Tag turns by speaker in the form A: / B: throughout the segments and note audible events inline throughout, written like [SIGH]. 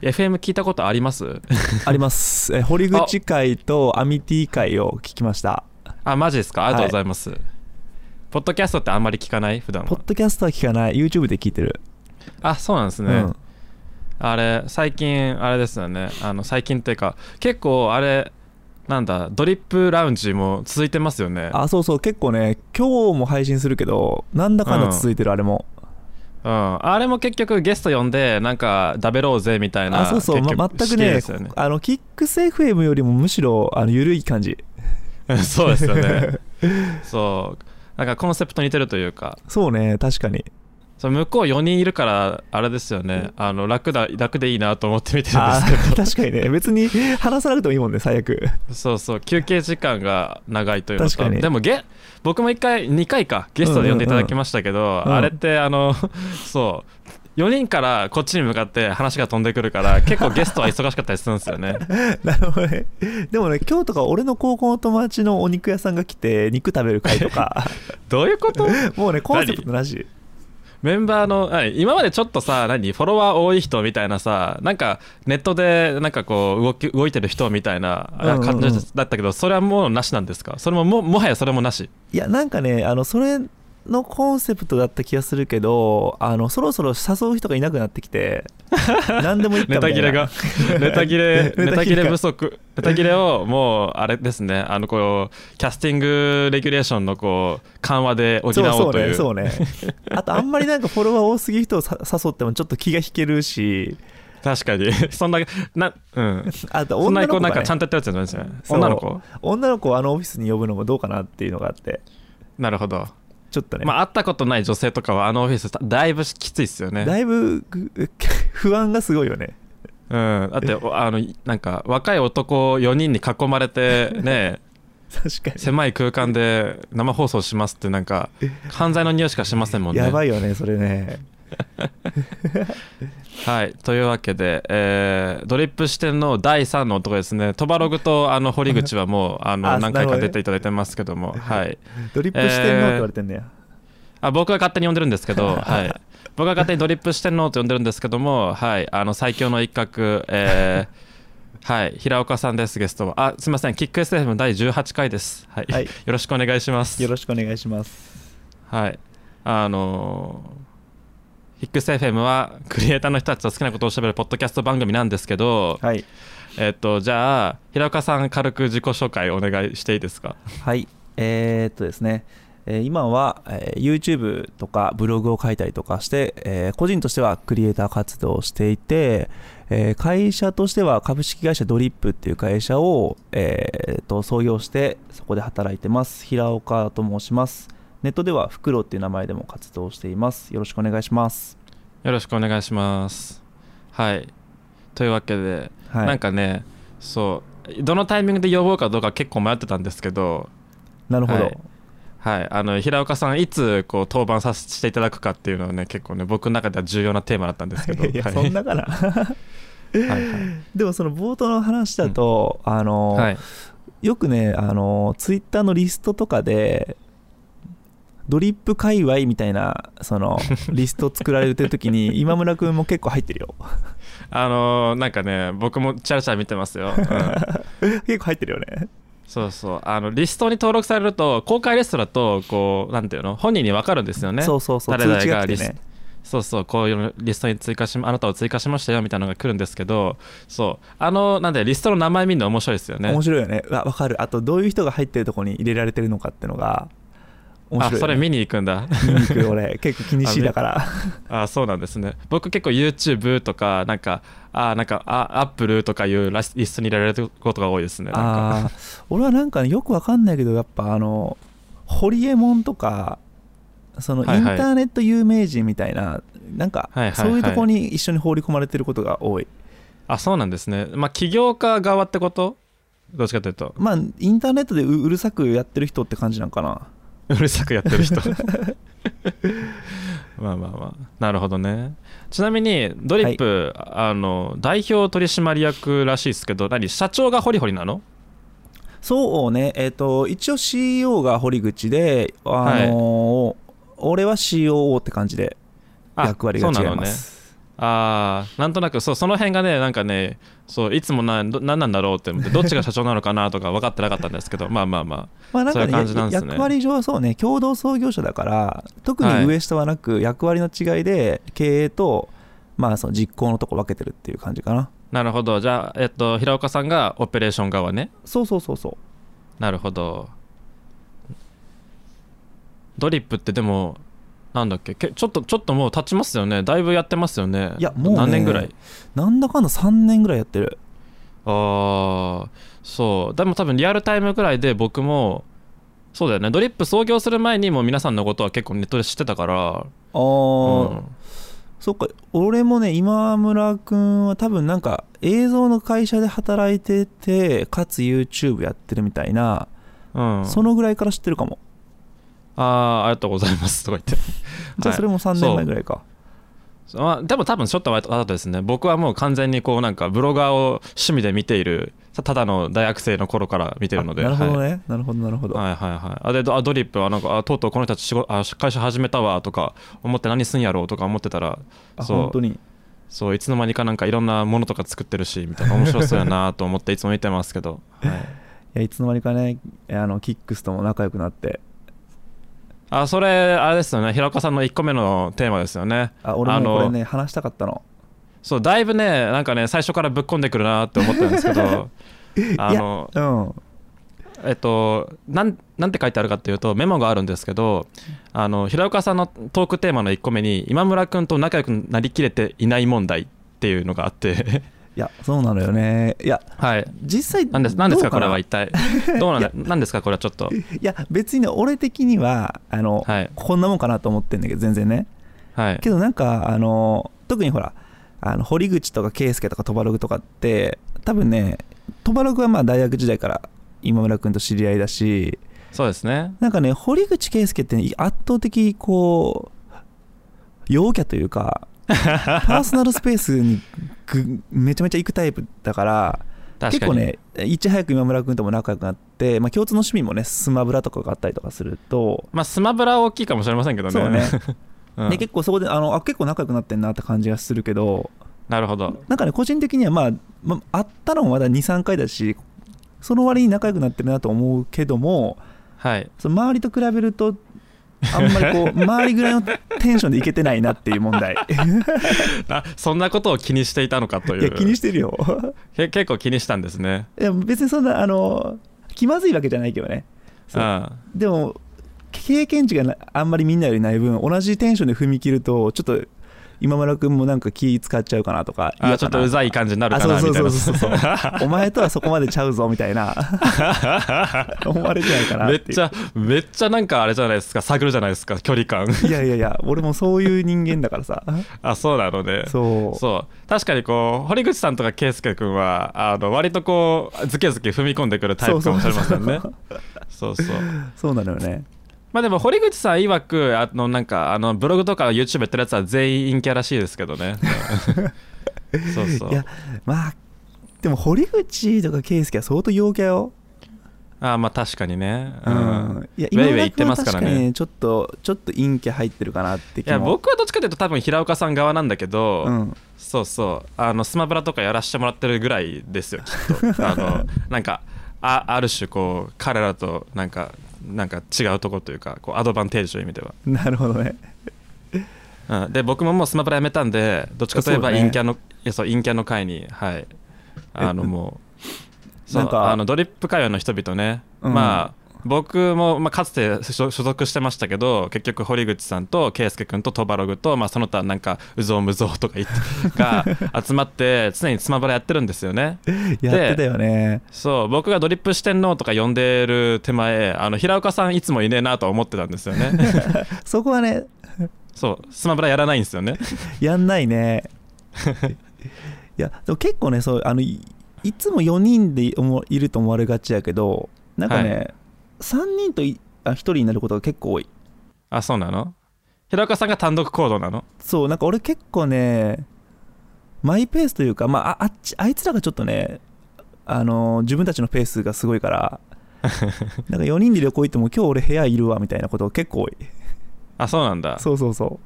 A: FM 聞いたことあります
B: [LAUGHS] あります。えー堀口会とアミティ会を聞きました。
A: あマジですかありがとうございます、ポッドキャストってあんまり聞かない普段
B: ポ
A: は
B: ッドキャストは聞かない、YouTube で聞いてる。
A: あそうなんですね、
B: うん。
A: あれ最近あれですよねあの最近っていうか結構あれなんだドリップラウンジも続いてますよね
B: あ、そうそう、結構ね、今日も配信するけど、なんだかんだ続いてる、あれも。
A: うん、あれも結局ゲスト呼んでなんかダベろうぜみたいな
B: あ、そうそう、
A: 結局
B: ま、全く
A: 式
B: ね
A: ですよ
B: [LAUGHS]
A: ね
B: あの、キックス FM よりもむしろ、あの、緩い感じ。
A: そうですよ
B: [LAUGHS]
A: ねそうなんかコンセプト似てるというか
B: そうね、確かに。
A: [LAUGHS] そう向こう4人いるからあれですよねあの楽だ楽でいいなと思って見てるんで
B: あ
A: すけ
B: ー確かにね、別に話さなくてもいいもんね、最悪。 [LAUGHS]
A: ど [LAUGHS] そうそう休憩時間が長いというのと
B: 確かに
A: でもゲ僕も1回2回かゲストで呼んでいただきましたけど、
B: うん
A: あれってあの [LAUGHS] そう4人からこっちに向かって話が飛んでくるから結構ゲストは忙しかったりするんですよね
B: なるほどね。でもね、今日とか俺の高校の友達のお肉屋さんが来て、肉食べる会と
A: [LAUGHS]
B: か、
A: どういうこと
B: もうね、コンセプトなし。
A: メンバーの何今までちょっとさ何フォロワー多い人みたいなさなんかネットでなんかこう動き動いてる人みたいな
B: うんうんうん
A: 感じだったけど、それはもうなしなんですかそれもももはやそれもなし
B: いや、なんかね、あの、それのコンセプトだった気がするけど、あの、そろそろ誘う人がいなくなって
A: [LAUGHS]
B: きて、何でもいいか
A: ネ
B: みた
A: タ
B: いな。
A: 切れが [LAUGHS] ネタ切れ
B: [LAUGHS] ネ
A: ネ
B: タ
A: タ
B: 切
A: 切
B: れが
A: れ不足ネタ切れをもうあれですねあのこうキャスティングレギュレーションのこう緩和で補おうという
B: そうそうねそうねあとあんまりなんかフォロワー多すぎる人をさ誘ってもちょっと気が引けるし
A: 確かに [LAUGHS] そんななうん
B: あと
A: そんな
B: 女
A: に
B: の
A: こう
B: 子
A: なん
B: が、
A: か
B: ね
A: ち、ゃんとやってるやつじゃないですよね
B: そう
A: 女の子
B: 女の子をあのオフィスに呼ぶのもどうかなっていうのがあって
A: なるほど、
B: ちょっとね、
A: まあ会ったことない女性とかはあのオフィスだいぶきついっすよね
B: だいぶぐ不安がすごいよね
A: うん、だっておあのなんか若い男4人に囲まれて
B: [LAUGHS]
A: ね
B: 確か
A: 狭い空間で生放送しますってなんか犯罪の匂いしかしませんもん
B: に
A: ね。
B: やば
A: い
B: いよねそれね
A: はい、というわけで、えードリップ視点の第3の男ですねトバログとあの堀口はもうあの
B: あ
A: 何回
B: なるほど
A: か
B: ね
A: 出ていただいてますけどもはい、
B: ドリップしてんのって言われてんねや、
A: あ僕は勝手に呼んでるんですけ
B: [LAUGHS]
A: ど、はい、僕は勝手にドリップしてんのと呼んでるんですけども、はい、あの最強の一角、え
B: [LAUGHS]
A: ーはい、平岡さんです、ゲストは。あすみません、キック SF 第18回です、はい
B: はい
A: よろしくお願いします。
B: よろしくお願いします
A: はいあのーキック FM はクリエイターの人たちと好きなことをしゃべるポッドキャスト番組なんですけど、
B: はい
A: えっとじゃあ平岡さん軽く自己紹介お願いしていいですか
B: はいえー、っとですねえー今は、えー YouTube とかブログを書いたりとかして、えー個人としてはクリエイター活動をしていて、えー会社としては株式会社ドリップっていう会社を、えーと創業してそこで働いてます平岡と申しますネットではフクロウっていう名前でも活動していますよろしくお願いします
A: よろしくお願いしますはいというわけで
B: はい
A: なんかねそうどのタイミングで呼ぼうかどうか結構迷ってたんですけど、
B: なるほど、
A: はいはい、あの平岡さんいつこう登板させていただくかっていうのはね結構ね僕の中では重要なテーマだったんですけど
B: [LAUGHS] いや、
A: はい
B: そんなか
A: [LAUGHS]
B: な
A: はいはい
B: でもその冒頭の話だと、あの、
A: はい
B: よくねあのツイッターのリストとかでドリップ界隈みたいなそ [LAUGHS] のリスト作られてる時に今村君も結構入ってるよ
A: あのーなんかね僕もチャラチャラ見てますよ、
B: [LAUGHS]
A: うん
B: [LAUGHS] 結構入ってるよね
A: そうそうあのリストに登録されると公開リストだとこうなんていうの本人に分かるんですよね
B: そうそうそう
A: 誰々
B: 通知が
A: が
B: 来てね
A: そうそうこういうリストに追加しあなたを追加しましたよみたいなのが来るんですけどそうあのなんでリストの名前見るの面白いですよね
B: 面白いよねうわわかるあとどういう人が入ってるとこに入れられてるのかってのが面白い
A: あそ
B: よね、
A: れ見に行くんだ
B: 見に行く俺結構気にしいだから
A: あそうなんですね僕結構 YouTube とかなんかあなんかあ Apple とかいうラスリストに入れられることが多いですねなんか
B: あー俺はなんかね、よくわかんないけどやっぱあのホリエモンとかそのイン
A: はいはい
B: ターネット有名人みたいな、なんか
A: はいはいはい
B: そういうところに一緒に放り込まれてることが多い、
A: あそうなんですねまあ起業家側ってことどっちかというと
B: まあインターネットでううるさくやってる人って感じなんかな
A: うるさくやって
B: [LAUGHS]
A: る人まあまあまあなるほどねちなみにドリップ、あの代表取締役らしいですけど何社長がホリホリなの
B: そうねえっ、と一応 CEO が堀口であのー俺は COO って感じで
A: あ
B: 役割が違い
A: そうなの
B: ま
A: ね
B: す、
A: あーなんとなくそうその辺がねなんかねそういつもなど何なんだろうって思ってどっちが社長なのかなとか分かってなかったんですけど [LAUGHS] まあまあまあ
B: まあなんか
A: そういう感じなん
B: ね、
A: ですね
B: 役割上はそうね、共同創業者だから、特に上下はなく、役割の違いで、経営と、まあ、その実行のとこ分けてるっていう感じかな。
A: なるほどじゃあ、えっと、平岡さんがオペレーション側ね
B: そうそうそうそう。
A: なるほどドリップってでもなんだっけけちょっとちょっともう経ちますよねだいぶやってますよね
B: いやもうね
A: 何年ぐらい
B: なんだかんだ3年ぐらいやってる。
A: ああそうでも多分リアルタイムぐらいで僕もそうだよねドリップ創業する前にもう皆さんのことは結構ネットで知ってたから
B: あー、
A: うん
B: そっか、俺もね、今村君は多分なんか、映像の会社で働いてて、かつ YouTube やってるみたいな、
A: うん、
B: そのぐらいから知ってるかも。
A: ああありがとうございますとか言って
B: じゃあ、
A: はい
B: それも3年前ぐらいか。
A: まあでも多分ちょっと前だったですね僕はもう完全にこうなんかブロガーを趣味で見ているたただの大学生の頃から見てるので
B: あなるほど
A: はい
B: ね、なるほど、なるほど。
A: はいはいはいあでドあドリップはなんかあとうとうこの人たち仕事あ会社始めたわとか思って何すんやろうとか思ってたら
B: あ
A: そう
B: 本当に。
A: そういつの間にかなんかいろんなものとか作ってるしみたいな面白そうやなと思っていつも見てますけど、はい、
B: いやいつの間にかねあのキックスとも仲良くなって
A: あそれあれですよね平岡さんの1個目のテーマですよね
B: あ俺
A: あ
B: も
A: の
B: これね話したかったの
A: そうだいぶねなんかね最初からぶっこんでくるなって思ったんですけ
B: [LAUGHS]
A: どあの
B: うん
A: えっとなんなんて書いてあるかっていうとメモがあるんですけどあの平岡さんのトークテーマの1個目に今村君と仲良くなりきれていない問題っていうのがあって
B: [LAUGHS] いやそうなのよねいや
A: はい
B: 実際
A: なんですなんですか
B: ど
A: こ
B: う
A: れ
B: な
A: は一体どうなんだなんですかこれはちょっと
B: いや別にね俺的にはあの、
A: はい
B: こんなもんかなと思ってんだけど全然ね
A: はい
B: けどなんかあの特にほらあの堀口とか圭介とかトバログとかって多分ねトバログはまあ大学時代から今村君と知り合いだし
A: そうですね
B: なんかね堀口圭介ってね、圧倒的こう陽キャという
A: [LAUGHS]
B: かパーソナルスペースにぐめちゃめちゃ行くタイプだから
A: 確
B: 結
A: かに
B: 構ねいち早く今村君とも仲良くなって、まあ、共通の趣味もねスマブラとかがあったりとかすると、
A: まあスマブラは大きいかもしれませんけどね
B: そうね
A: うん
B: で結構そこであのあ結構仲良くなってんなって感じがするけど
A: なるほど
B: なんかね個人的にはまあ、まあ、会ったのもまだ23回だしその割に仲良くなってるなと思うけども [LAUGHS]
A: はい
B: その周りと比べるとあんま
A: [LAUGHS]
B: りこう周りぐらいのテンションでいけてないなっていう問題
A: あそんなことを気にしていたのかという
B: いや気にしてるよ
A: け結構気にしたんですね
B: いや別にそんなあの気まずいわけじゃないけどね
A: う
B: そうんでも経験値がなあんまりみんなよりない分同じテンションで踏み切るとちょっと今村君もなんか気使っちゃうかなとか
A: あちょっとうざい感じになるか
B: あ
A: な
B: そう
A: みたい
B: そう
A: な
B: そうそうそう [LAUGHS] お前とはそこまでちゃうぞみたいな [LAUGHS] 思われちゃう [LAUGHS] かな
A: めって
B: いう
A: ちゃめっちゃなんかあれじゃないですか探るじゃないですか距離感
B: いやいやいや俺もそういう人間だからさ
A: [LAUGHS] あそうなので
B: そう
A: そう確かにこう堀口さんとか圭佑君はあの割とこうズケズケ踏み込んでくるタイプかもしれませんねそうそう
B: そうなのよね
A: まあでも堀口さん曰くあのなんかあのブログとか YouTube やってるやつは全員陰キャらしいですけど
B: [LAUGHS]
A: ね [LAUGHS] そうそう
B: いやまあでも堀口とか圭介は相当陽キャよ
A: ああまあ確かにね
B: う、
A: うんん
B: いや
A: ウェ
B: 今
A: イウェイ言
B: 村
A: って
B: 君
A: ま
B: は
A: す
B: 確
A: か
B: からに
A: ね
B: ねちょっとちょっと陰キャ入ってるかなって
A: い
B: 気も
A: や僕はどっちかというと多分平岡さん側なんだけど、
B: うん [LAUGHS]
A: そうそうあのスマブラとかやらせてもらってるぐらいですよきっ
B: [LAUGHS]
A: とあのなんかあある種こう彼らとなんかなんか違うとこというかこうアドバンテージという意味で
B: なるほどね
A: は、うん、で僕ももうスマブラやめたんでどっちかといえば
B: そうだね
A: 陰キャの、いやそう陰キャの会にはいあのもうそう
B: なんか
A: あのドリップ会話の人々ね、
B: うん
A: まあ僕も、まあ、かつて所所属してましたけど結局堀口さんと圭佑君とトバログと、まあ、その他なんかうぞうむぞうとか言って
B: [LAUGHS]
A: が集まって常にスマブラやってるんですよね
B: やってた
A: [LAUGHS]
B: よね
A: そう僕がドリップ四天王とか呼んでる手前あの平岡さんいつもいねえなとは思ってたんですよ
B: [LAUGHS]
A: ね
B: そこはね
A: そうスマブラやらないんですよね
B: やんな
A: [LAUGHS]
B: いねいやでも結構ねそうあのいいつも4人でい思いると思われがちやけどなんかね、
A: は
B: 3人といあ1人になることが結構多い
A: あそうなの平岡さんが単独行動なの
B: そうなんか俺結構ねマイペースというか、まあ、ああっちあいつらがちょっとねあの自分たちのペースがすごいからなんか4人で旅行行っても今日俺部屋いるわみたいなことが結構多い
A: あそうなんだ
B: そうそうそ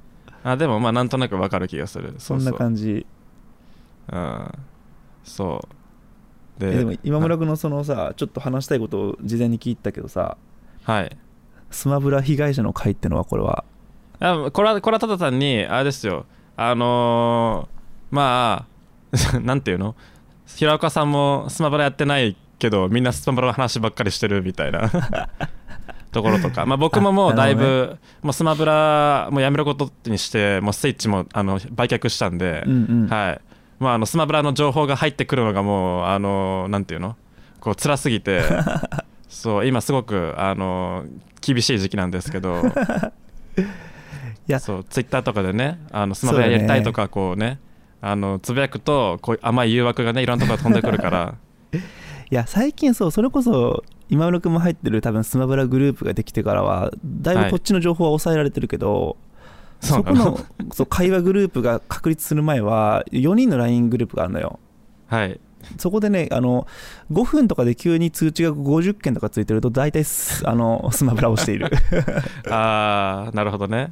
A: あでもまあなんとなくわかる気がする
B: そんな
A: じ
B: 感じ
A: うんそう
B: え
A: で
B: でも今村君のそのさちょっと話したいことを事前に聞いたけどさ
A: はい
B: スマブラ被害者の会ってのはこれは
A: あこれはこれはただ単にあれですよあのーまあ [LAUGHS] なんていうの平岡さんもスマブラやってないけどみんなスマブラの話ばっかりしてるみたいな [LAUGHS] ところとか、まあ、僕ももうだい
B: なる
A: ぶ、もうスマブラもうやめることにしてもうスイッチもあの売却したんで、
B: うんうん
A: はいまあ、あのスマブラの情報が入ってくるのがもうあのなんていうのこう辛すぎ
B: [LAUGHS]
A: てそう今すごくあの厳しい時期なんですけど
B: [LAUGHS] いや
A: そうツイッターとかでねあのスマブラ
B: そうだ
A: や
B: ね
A: りたいとかこうねあのつぶやくとこう甘い誘惑がねいろんなところから飛んでくるから
B: いや最近そうそれこそ今村君も入ってる多分スマブラグループができてからはだいぶこっちの情報は抑えられてるけど、
A: そう [LAUGHS]
B: [LAUGHS]
A: な
B: そこ
A: の
B: の [LAUGHS] そう会話グループが確立する前は4人の LINE グループがあるのよ
A: はい
B: そこでねあの5分とかで急に通知が50件とかついてると大体すあのスマブラをし
A: [LAUGHS]
B: ている
A: あーなるほどね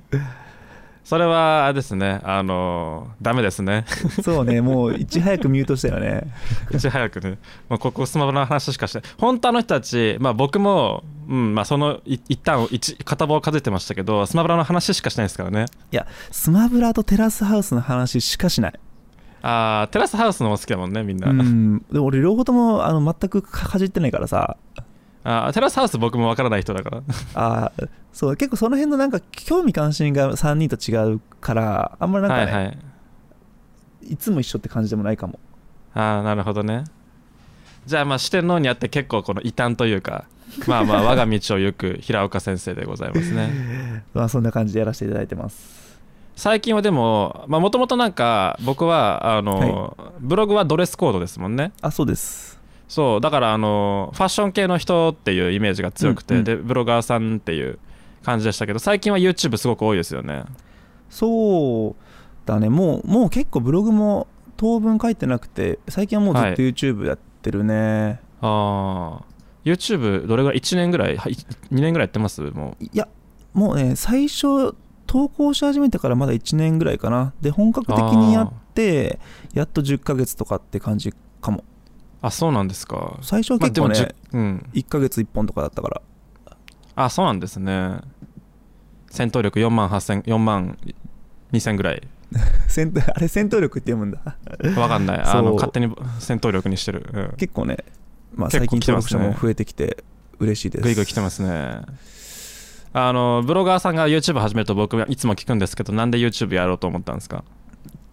A: それはあれですねあのダメですね
B: そうねもういち早くミュートしたよね
A: いち早くね、まあ、ここスマブラの話しかして本当あの人たち、まあ、僕も、うんまあ、そのい一旦一片棒を数えてましたけどスマブラの話しかしないですからね
B: スマブラとテラスハウスの話しかしない
A: あーテラスハウスの方が好きだもんねみんな、
B: うんでも俺両方ともあの全くかかじってないからさ
A: あーテラスハウス僕もわからない人だから
B: あーそう結構その辺のなんか興味関心が3人と違うからあんまりなんか、ね
A: はい
B: い
A: はい
B: つも一緒って感じでもないかも
A: ああなるほどねじゃあまあ四天王にあって結構この異端というかまあまあ我が道を行く平岡先生でございます [LAUGHS] ね
B: まあそんな感じでやらせていただいてます
A: 最近はでももともとなんか僕はあの、ブログはドレスコードですもんね
B: あそうです
A: そうだからあのファッション系の人っていうイメージが強くて、
B: うんうん
A: でブロガーさんっていう感じでしたけど最近は YouTube すごく多いですよね
B: そうだねもうもう結構ブログも当分書いてなくて最近はもうずっと
A: は
B: YouTube やってるね、
A: ああ YouTube どれぐらい1年ぐらい2年ぐらいやってますも
B: い、やもうね最初投稿し始めてからまだ1年ぐらいかなで本格
A: う
B: 的にや
A: あー
B: ってやっと10ヶ月とかって感じかも
A: あそうなんですか
B: 最初は結構
A: まあでも
B: ね、
A: じゅうん
B: 1ヶ月1本とかだったから [LAUGHS]
A: あそうなんですね戦闘力4万8000 4万2000ぐらい
B: 戦闘あれ戦闘力って読むんだ
A: わかん
B: [LAUGHS]
A: ない
B: そう
A: あの勝手に戦闘力にしてる、うん
B: 結構ね、まあ、
A: 結
B: 最
A: 構
B: 近
A: 来てま
B: 登録
A: す
B: 者
A: ね
B: も増えてきて嬉しいです
A: ぐいぐい来てますねあのブロガーさんが YouTube 始めると僕はいつも聞くんですけどなんで YouTube やろうと思ったんですか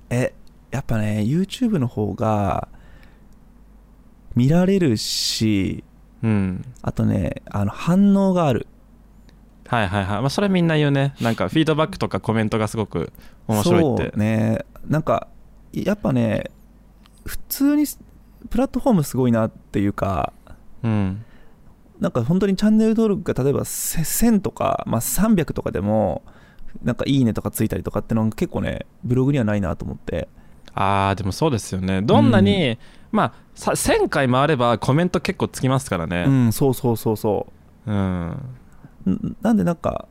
B: えやっぱね YouTube の方が見られるし
A: うん
B: あとねあの反応がある
A: はいはいはい、まあ、それみんな言うねなんかフィードバックとかコメントがすごく面白いって
B: そうねなんかやっぱね普通にプラットフォームすごいなっていうか
A: うん
B: なんか本当にチャンネル登録が例えばせ1000とか、まあ、300とかでもなんかいいねとかついたりとかってのが結構ねブログにはないなと思って
A: あーでもそうですよねどんなに、まあさ1000回回ればコメント結構つきますから
B: う
A: ね
B: んそうそうそうそ
A: うん、
B: うんなんでなんか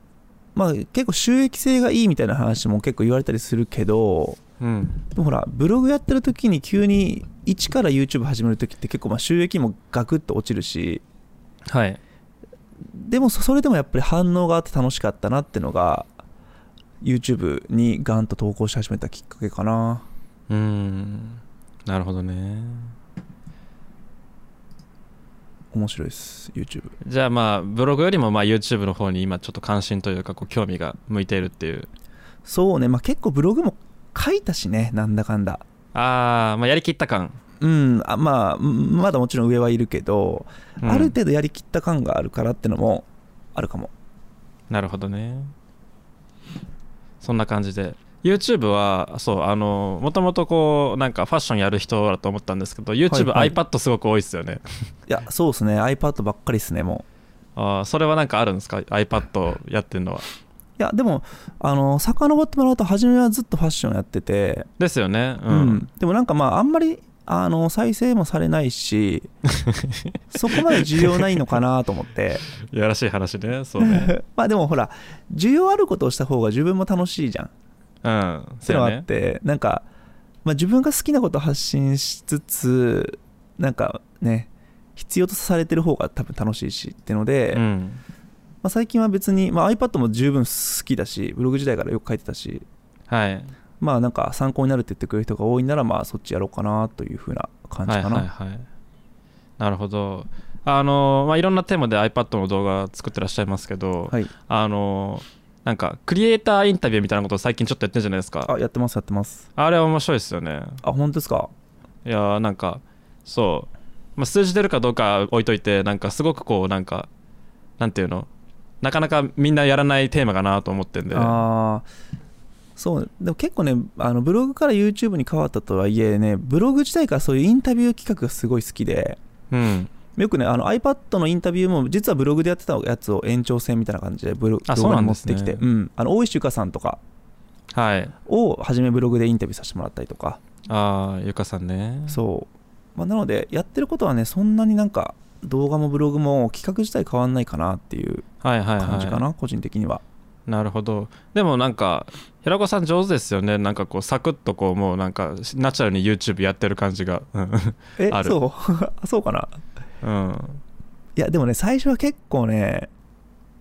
B: まあ結構収益性がいいみたいな話も結構言われたりするけど
A: うん、
B: でもほらブログやってる時に急に一から YouTube 始める時って結構まあ収益もガクッと落ちるし
A: はい
B: でもそそれでもやっぱり反応があって楽しかったなってのが YouTube にガンと投稿し始めたきっかけかな
A: うーんなるほどね
B: 面白いです YouTube
A: じゃあまあブログよりもまあ YouTube の方に今ちょっと関心というかこう興味が向いているっていう
B: そうねまあ結構ブログも書いたしねなんだかんだ
A: あー、まあやりきった感、
B: うんあまあうんまだもちろん上はいるけど、
A: うん
B: ある程度やりきった感があるからってのもあるかも
A: なるほどねそんな感じで YouTube はそうあのもともとこうなんかファッションやる人だと思ったんですけど YouTube、
B: はいはい
A: iPad すごく多いですよね
B: いやそうですね iPad ばっかりですねもう
A: あーそれはなんかあるんですか iPad やってるのはい
B: やでもあの遡ってもらうと初めはずっとファッションやってて
A: ですよねう、
B: うんん、でもなんかまああんまりあの再生もされない
A: [LAUGHS]
B: しそこまで需要ないのかなと思って
A: い
B: [LAUGHS]
A: やらしい話ねそうね
B: まあでもほら需要あることをした方が自分も楽しいじゃん
A: うん
B: そういうのがあって、なんか、まあ、自分が好きなことを発信しつつなんかね必要とされてる方が多分楽しいしってので、
A: そうよねうん
B: まあ、最近は別に、まあ、iPad も十分好きだしブログ時代からよく書いてたし
A: はい
B: まあなんか参考になるって言ってくれる人が多いならまあそっちやろうかなというふうな感じ
A: はい
B: かな、
A: はいはいなるほどあのまあいろんなテーマで iPad の動画作ってらっしゃいますけど、
B: はい
A: あのなんかクリエイターインタビューみたいなことを最近ちょっとやってるじゃないですか
B: あやってますやってます
A: あれは面白いですよね
B: あ本当ですか
A: いやーなんかそう、まあ、数字出るかどうか置いといてなんかすごくこうなんかなんていうのなかなかみんなやらないテーマかなと思ってんでは
B: ああそうでも結構ねあのブログから YouTube に変わったとはいえねブログ自体からそういうインタビュー企画がすごい好きで
A: うん
B: よくねあの iPad のインタビューも実はブログでやってたやつを延長戦みたいな感じでブロ
A: あ
B: 動
A: そう
B: 画
A: な
B: に
A: ん
B: 持
A: で
B: っ
A: すね
B: てきてうんあの大石ゆかさんとか
A: はい
B: をはじめブログでインタビューさせてもらったりとか
A: ああゆかさんね
B: そう、まあ、なのでやってることはねそんなになんか動画もブログも企画自体変わんないかなっていう
A: はいはいはい
B: 感じかな、個人的には
A: なるほどでもなんか平子さん上手ですよねなんかこうサクッとこうもうなんかナチュラルに YouTube やってる感じがうん
B: え
A: ある
B: そう [LAUGHS] そうかな
A: うん
B: いやでもね最初は結構ね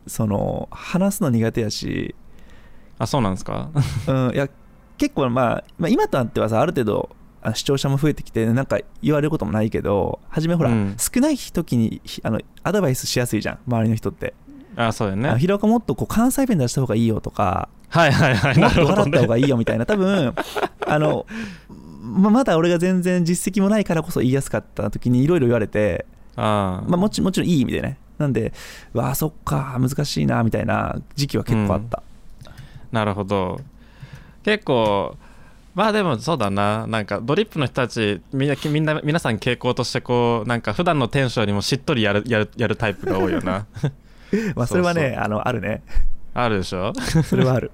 B: その話すの苦手やし、
A: あそうなんですか [LAUGHS]
B: うん、いや結構、まあ、まあ今となってはさある程度あ視聴者も増えてきてなんか言われることもないけど初めほら、
A: うん
B: 少ない時にひあのアドバイスしやすいじゃん周りの人って、
A: あそうだよ
B: あの
A: ね
B: 平岡もっとこう関西弁出した方がいいよとか
A: はいはいはい [LAUGHS]
B: も
A: な
B: っと
A: るほど
B: 笑った
A: ね
B: 方がいいよみたいな、
A: [LAUGHS]
B: 多分あの、ままだ俺が全然実績もないからこそ言いやすかった時にいろいろ言われて、
A: あー
B: まあ、もちもちろんいい意味でね、なんで、うわあ、そっか、難しいなみたいな時期は結構あった。
A: なるほど結構まあでもそうだななんかドリップの人たちみんなみんな皆さん傾向としてこうなんか普段のテンションよりもしっとりやるやるやるタイプが多いよ
B: [LAUGHS]
A: な
B: まあ、それはね、
A: そう
B: あのあるね、
A: あるでしょ
B: それ
A: [LAUGHS]
B: はある。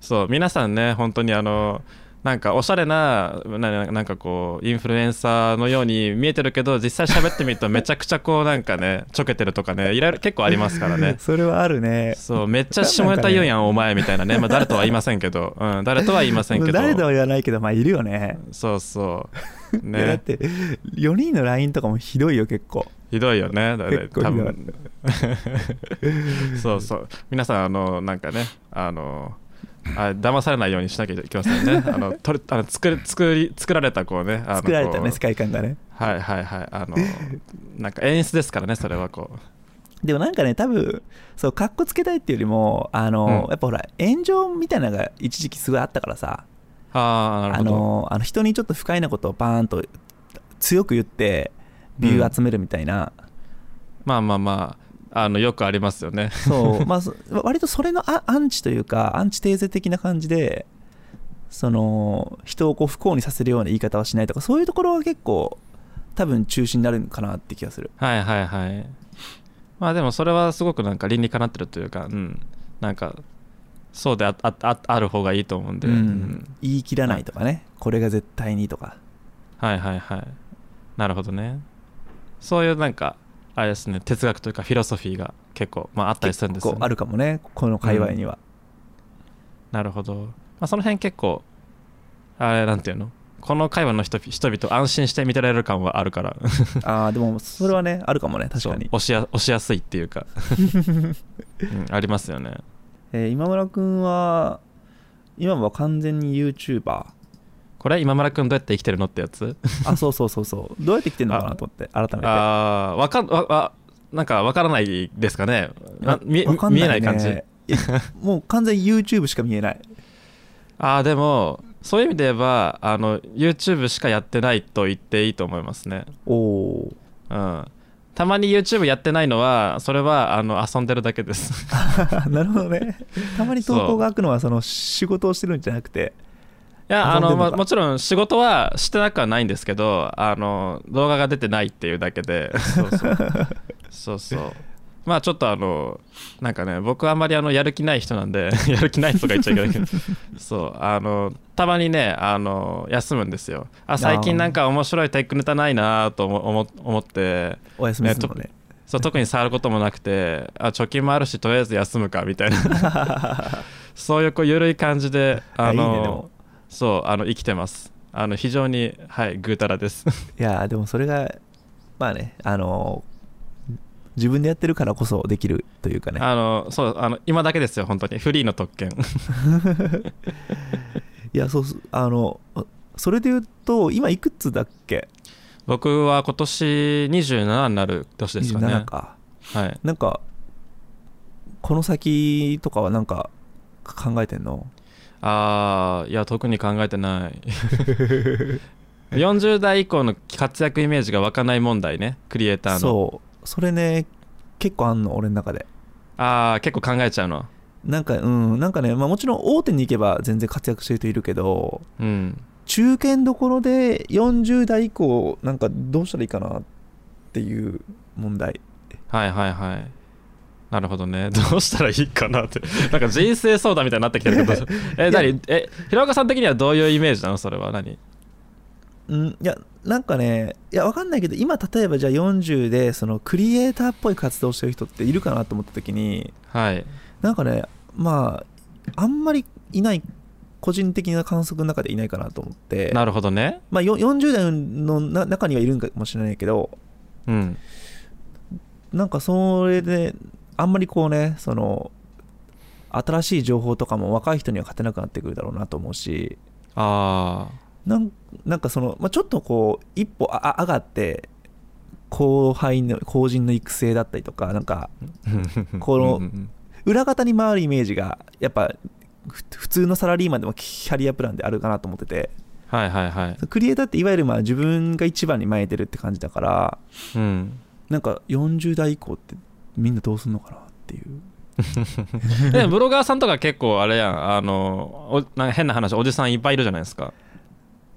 A: そう皆さんね本当にあのなんかおしゃれななななんかこうインフルエンサーのように見えてるけど実際喋ってみるとめちゃくちゃこうなんかねちょけてるとかねいろいろ結構ありますからね
B: それはあるね。
A: そうめっちゃ下ネタ言うやんお前みたいなね、まあ、誰とは言いま
B: [LAUGHS]
A: せんけど、うん、誰とは言いませんけど
B: 誰とは言わないけど、まあ、いるよね。
A: そうそう
B: いやだっ
A: ね
B: て、4人の LINE とかもひどいよ、結構。
A: ひどいよねだ
B: 結構ひどい
A: 多分そうそう皆さんあのなんかねあのあ騙されないようにしなきゃいけませんねあのとれあの作る作り作られたこうねあの
B: 作られた
A: こう
B: ね、世界観がね。
A: はいはいはいあのなんか演出ですからねそれはこう
B: でもなんかね多分そうかっこつけたいっていうよりもあの、
A: うん
B: やっぱほら炎上みたいなのが一時期すごいあったからさ
A: ああな
B: あ
A: るほど
B: のあの人にちょっと不快なことをバーンと強く言ってビュー集めるみたいな、
A: まあまあまああのよくありますよね
B: そ
A: [LAUGHS]
B: うまあそ割とそれのアアンチというかアンチテーゼ的な感じでその人をこう不幸にさせるような言い方はしないとかそういうところは結構多分中心になるかなって気がする
A: はいはいはいまあでもそれはすごくなんか倫理かなってるというかうんなんかそうであああある方がいいと思うんで、
B: うん
A: うん
B: 言い切らないとかねこれが絶対にとか
A: はいはいはいなるほどねそういうなんかあれですね哲学というかフィロソフィーが結構、まあ、あったりするんですよ、
B: 結
A: ね、
B: 構あるかもねこの界隈には、
A: なるほど、まあ、その辺結構あれなんていうのこの会話の人人々安心して見てられる感はあるから
B: ああでもそれはねあるかもね確かに
A: そう、
B: [LAUGHS]
A: 押しや押しやすいっていうか、うん、ありますよね
B: えー今村君は今は完全に YouTuber
A: これ今村君どうやって生きてるのってやつ
B: あそうそうそうそう
A: [LAUGHS]
B: どうやって来てんのかなと思って改めて
A: ああ、わかん、わ、わ、なんかわからないですかね。な見
B: わかん
A: 見えない感じ。
B: [LAUGHS] ねえもう完全に YouTube しか見えない
A: ああ、でも、そういう意味で言えば、あの、YouTube しかやってないと言っていいと思いますね。
B: おおー
A: うん。たまに YouTube やってないのは、それは、あの、遊んでるだけです。
B: [LAUGHS] [LAUGHS] なるほどねたまに投稿が開くのはその仕事をしてるんじゃなくて
A: いや、あ
B: 遊んで
A: の、
B: んのか
A: まもちろん仕事はしてなくはないんですけど、あの、動画が出てないっていうだけで、そうそう。そうそう。まあちょっとあの、なんかね、僕はあんまりあの、やる気ない人なんで、 [LAUGHS] やる気ない人とか言っちゃいけないけ
B: [LAUGHS]
A: ど、そう、あの、たまにね、あの、休むんですよ。あ、最近なんか面白いテックネタないなと思思思って、
B: [LAUGHS] お休みするのね [LAUGHS]
A: そう特に触ることもなくてあ貯金もあるしとりあえず休むかみたいな
B: あ
A: そういうこう緩い感じであ
B: いやいい
A: の
B: ねでも
A: そうあの生きてますあの非常にはいぐうたらです
B: いやでもそれがまあねあの自分でやってるからこそできるというかね
A: あのそうあの今だけですよ本当にフリーの特権
B: [LAUGHS] いやそうそうあのそれで言うと今いくつだっけ
A: 僕は今年27になる年ですかね
B: 27か
A: はい
B: なんかこの先とかはなんか考えてんの
A: あーいや特に考えてない [LAUGHS] 40代以降の活躍イメージが湧かない問題ねクリエイターの
B: そうそれね結構あんの俺の中で
A: ああ結構考えちゃうの
B: なんかうんなんかね、まあ、もちろん大手に行けば全然活躍してる人いるけど
A: うん
B: 中堅どころで40代以降なんかどうしたらいいかなっていう問題
A: はいはいはいなるほどね [LAUGHS] どうしたらいいかなってなんか人生相談みたいになってきてるけ
B: [LAUGHS]
A: どえ何え平岡さん的にはどういうイメージなのそれは何
B: うんいやなんかねいやわかんないけど今例えばじゃあ40でそのクリエイターっぽい活動してる人っているかなと思った時に
A: はい
B: なんかねまああんまりいない個人的な観測の中でいないかなと思って
A: なるほどね
B: まあ、よ40代のな中にはいるんかもしれないけど
A: うん
B: なんかそれであんまりこうねその新しい情報とかも若い人には勝てなくなってくるだろうなと思うし
A: あ
B: なんなんかその、まあ、ちょっとこう一歩ああ上がって後輩の後人の育成だったりとかなんか
A: あ
B: この
A: うんうん
B: 裏方に回るイメージがやっぱふ普通のサラリーマンでもキャリアプランであるかなと思ってて
A: はいはいはい
B: クリエイターっていわゆるまあ自分が一番に前に出るって感じだから [LAUGHS]
A: うん
B: なんか40代以降ってみんなどうすんのかなっていう
A: でもブロガーさんとか結構あれやんあのおなんか変な話おじさんいっぱいいるじゃないですか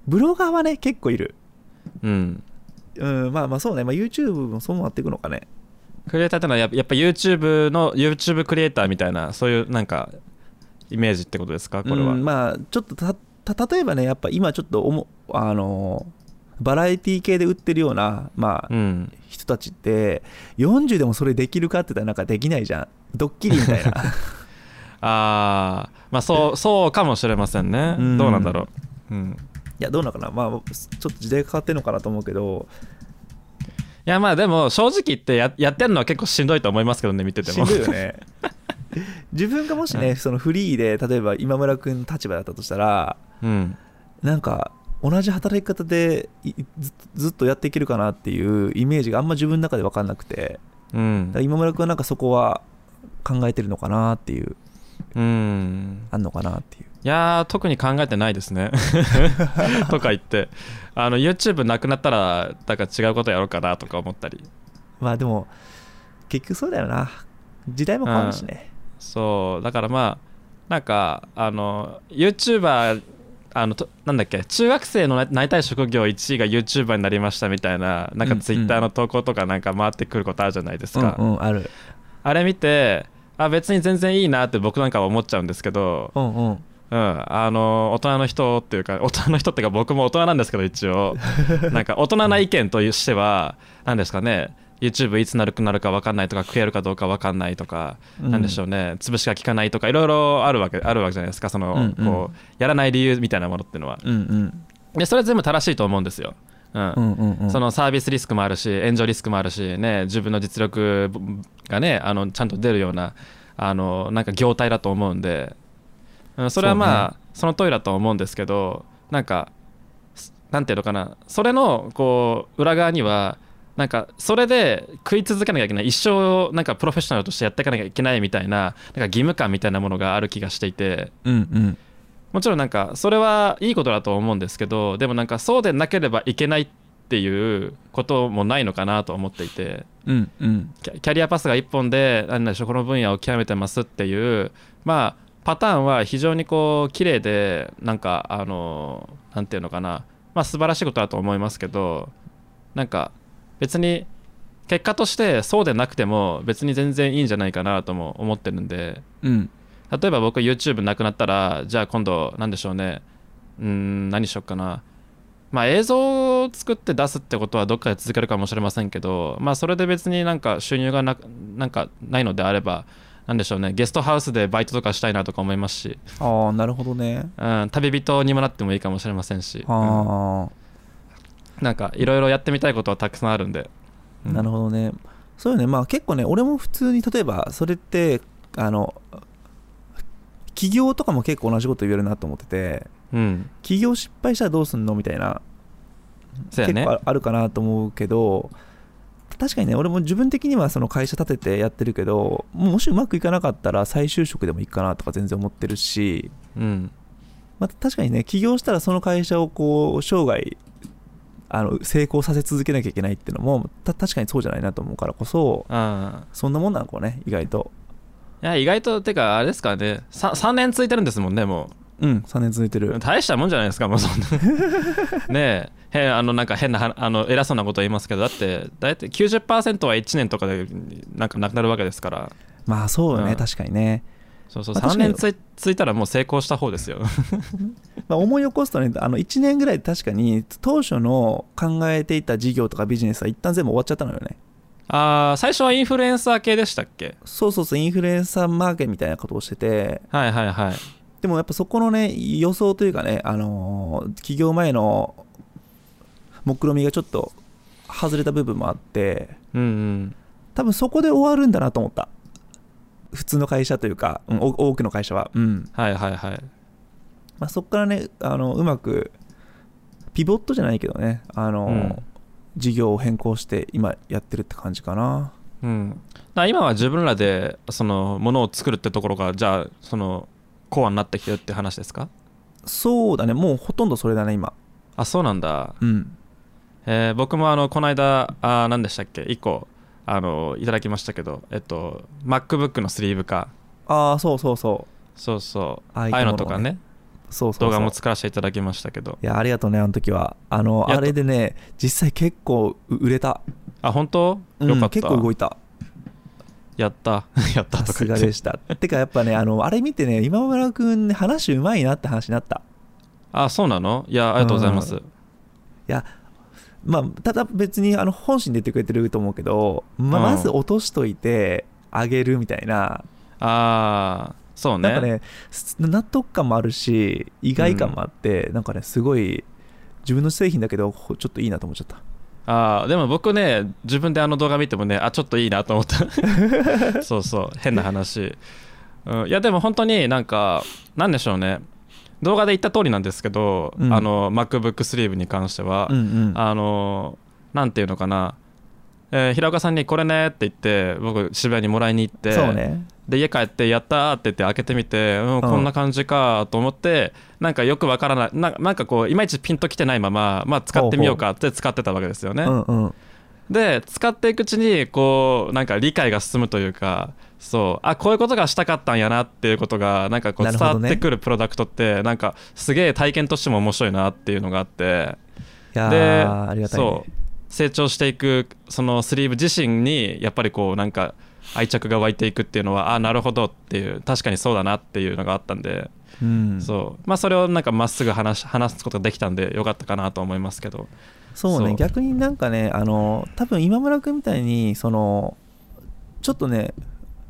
B: ブロガーはね結構いる
A: うん
B: うんまあまあそうね、まあ、YouTube もそうなっていくのかね
A: クリエイターってのはやっぱやっぱ YouTube の YouTube クリエイターみたいなそういうなんかイメージってことですかこれは、
B: うんまあちょっとたた例えばねやっぱ今ちょっとおもあのバラエティ系で売ってるような、まあ
A: うん
B: 人たちって40でもそれできるかって言ったらなんかできないじゃんドッキリみ [LAUGHS] たいな
A: あーまあそうそうかもしれませんね、
B: うん
A: どうなんだろう、うん、
B: いやどうなのかなまあちょっと時代が変わってるのかなと思うけど
A: いやまあでも正直言ってややってんのは結構しんどいと思いますけどね見てて
B: し
A: も
B: んどいよね [LAUGHS] 自分がもしね、
A: う
B: そのフリーで例えば今村君の立場だったとしたら
A: [LAUGHS] うん、
B: なんか同じ働き方でいずずっとやっていけるかなっていうイメージがあんま自分の中で分かんなくて
A: う
B: だ
A: ん
B: から今村君はなんかそこは考えてるのかなっていう
A: うん、
B: あんのかなっていう
A: いやー特に考えてないです
B: [LAUGHS]
A: ねとか言ってあの YouTube なくなったらだから違うことやろうかなとか思ったり
B: まあでも結局そうだよな時代も変わるしね
A: そうだからまあなんかあの YouTuber あのとなんだっけ中学生のななりたい職業1位が YouTuber になりましたみたいななんか
B: うんうん
A: Twitter の投稿とかなんか回ってくることあるじゃないです
B: うん
A: か、
B: うんある
A: あれ見てあ別に全然いいなって僕なんかは思っちゃうんですけど、
B: うんうん
A: うん、あの大人の人っていうか大人の人っていうか僕も大人なんですけど一応なんか大人な意見としては何ですかね YouTube いつなるくなるか分かんないとか食えるかどうか分かんないとか、
B: うん
A: なんでしょうね潰しが効かないとかいろいろあるわけあるわけじゃないですかその、
B: うんうん
A: こうやらない理由みたいなものっていうのは
B: [LAUGHS] うんうん
A: でそれは全部正しいと思うんですよ、うん
B: うんうんうん
A: そのサービスリスクもあるし炎上リスクもあるし、ね、自分の実力がねあのちゃんと出るようなあのなんか業態だと思うんで、うん、それはまあそ,、の通りだと思うんですけどなんかすなんていうのかなそれのこう裏側にはなんかそれで食い続けなきゃいけない一生なんかプロフェッショナルとしてやっていかなきゃいけないみたいななんか義務感みたいなものがある気がしていて。
B: うんうん
A: もちろんなんかそれはいいことだと思うんですけどでもなんかそうでなければいけないっていうこともないのかなと思っていて
B: うんうん
A: キャキャリアパスが1本で何でしょうこの分野を極めてますっていうまあパターンは非常にこう綺麗でなんかあのなんていうのかなまあ素晴らしいことだと思いますけどなんか別に結果としてそうでなくても別に全然いいんじゃないかなとも思ってるんで
B: うん
A: 例えば僕 YouTube なくなったらじゃあ今度何でしょうねうーん何しよっかなまあ映像を作って出すってことはどっかで続けるかもしれませんけどまあそれで別になんか収入がななんかないのであればなんでしょうねゲストハウスでバイトとかしたいなとか思いますし、
B: ああなるほどね
A: うん、旅人にもなってもいいかもしれませんし、うん
B: あ
A: なんかいろいろやってみたいことはたくさんあるんで、
B: あ、なる
A: ほ
B: ほどねそうよねまあ結構ね俺も普通に例えばそれってあの起業とかも結構同じこと言えるなと思ってて
A: ど、うん、
B: 起業失敗したらどうすんのみたいな
A: そうや
B: 結
A: ね
B: 構ああるかなと思うけど確かにね俺も自分的にはその会社立ててやってるけどもうもしうまくいかなかったら再就職でもいいかなとか全然思ってるし、
A: うん
B: また確かにね起業したらその会社をこう生涯あの成功させ続けなきゃいけないっていうのもた確かにそうじゃないなと思うからこそ
A: ああ
B: そんなもんなのかね意外と
A: いや意外とてかあれですからね 3, 3年続いてるんですもんねも
B: うん3年続いてる
A: う大したもんじゃないですかもうそんな [LAUGHS] ねえへんあのなんか変なはあの偉そうなこと言いますけどだって大体90%は1年とかでなんかなくなるわけですから
B: まあそうよね、
A: うん
B: 確かにね、
A: そうそう
B: まあ確
A: 3
B: かに
A: 年ついついたらもう成功した方ですよ [LAUGHS]
B: まあ、思い起こすとねあの1年ぐらいで確かに当初の考えていた事業とかビジネスは一旦全部終わっちゃったのよね
A: ああ最初はインフルエンサー系でしたっけ
B: そうそうそうインフルエンサーマーケみたいなことをしてて
A: はいはいはい
B: でもやっぱそこのね予想というかねあのー起業前の目論見みがちょっと外れた部分もあって
A: うんうん
B: 多分そこで終わるんだなと思った普通の会社というか、うんお多くの会社はうん、
A: はいはいはい
B: まあ、そこからねあのうまくピボットじゃないけどねあのー、
A: うん
B: 事業を変更して今やってるって感じかな
A: うん、だから今は自分らでそのものを作るってところがじゃあそのコアになってきてるって話ですか
B: そうだねもうほとんどそれだね今
A: あそうなんだ、
B: うん
A: えー僕もあのこの間あー何でしたっけ1個あのいただきましたけどえっと MacBook のスリーブか
B: ああそうそうそう
A: そうそうあ
B: ああ
A: あ
B: い
A: いううの
B: もの
A: と
B: を
A: か
B: ね
A: ね
B: そうそうそう
A: 動画も作らせていただきましたけど
B: いやありがとうねあの時はあの
A: やっと
B: あれでね実際結構う売れた、
A: あ本当、
B: うん
A: よかった
B: 結構動
A: い
B: いた
A: やった [LAUGHS] やった
B: さ
A: と
B: す
A: か言
B: が
A: っ
B: で
A: て
B: したてかやっぱねあのあれ見てね今村君ね話うまいなって話になった
A: あそうなのいやありがとうございます、
B: うんいやまあただ別にあの本心で言ってくれてると思うけど、ま
A: うん
B: まず落としといてあげるみたいな、
A: ああそうね
B: なんかねす納得感もあるし意外感もあって、なんかねすごい自分の製品だけどほちょっといいなと思っちゃった
A: ああでも僕ね自分であの動画見てもねあちょっといいなと思った [LAUGHS] [LAUGHS] そうそう変な話、うん、いやでも本当になんかなんでしょうね動画で言った通りなんですけど、
B: うん
A: あの MacBook スリーブに関しては、
B: うんうん
A: あのなんていうのかな、えー平岡さんにこれねって言って僕渋谷にもらいに行って
B: そうね
A: で家帰ってやったーって言って開けてみて、うん
B: うん
A: こんな感じかと思ってなんかよくわからないななんかこういまいちピンときてないまま、まあ、使ってみようかって使ってたわけですよね。
B: うんうん
A: で使っていくうちにこうなんか理解が進むというかそうあこういうことがしたかったんやなっていうことがなんかこう
B: な
A: 伝
B: るほど
A: わ
B: ね
A: ってくるプロダクトってなん,、かすげえ体験としても面白いなっていうのがあって
B: いや
A: で
B: ーありがたい、ね、
A: そう成長していくそのスリーブ自身にやっぱりこうなんか愛着が湧いていくっていうのはあなるほどっていう確かにそうだなっていうのがあったんで、
B: うん、
A: そうまあそれをなんかまっすぐ話し話すことができたんでよかったかなと思いますけど
B: そうね
A: そう
B: 逆になんかねあの多分今村君みたいにそのちょっとね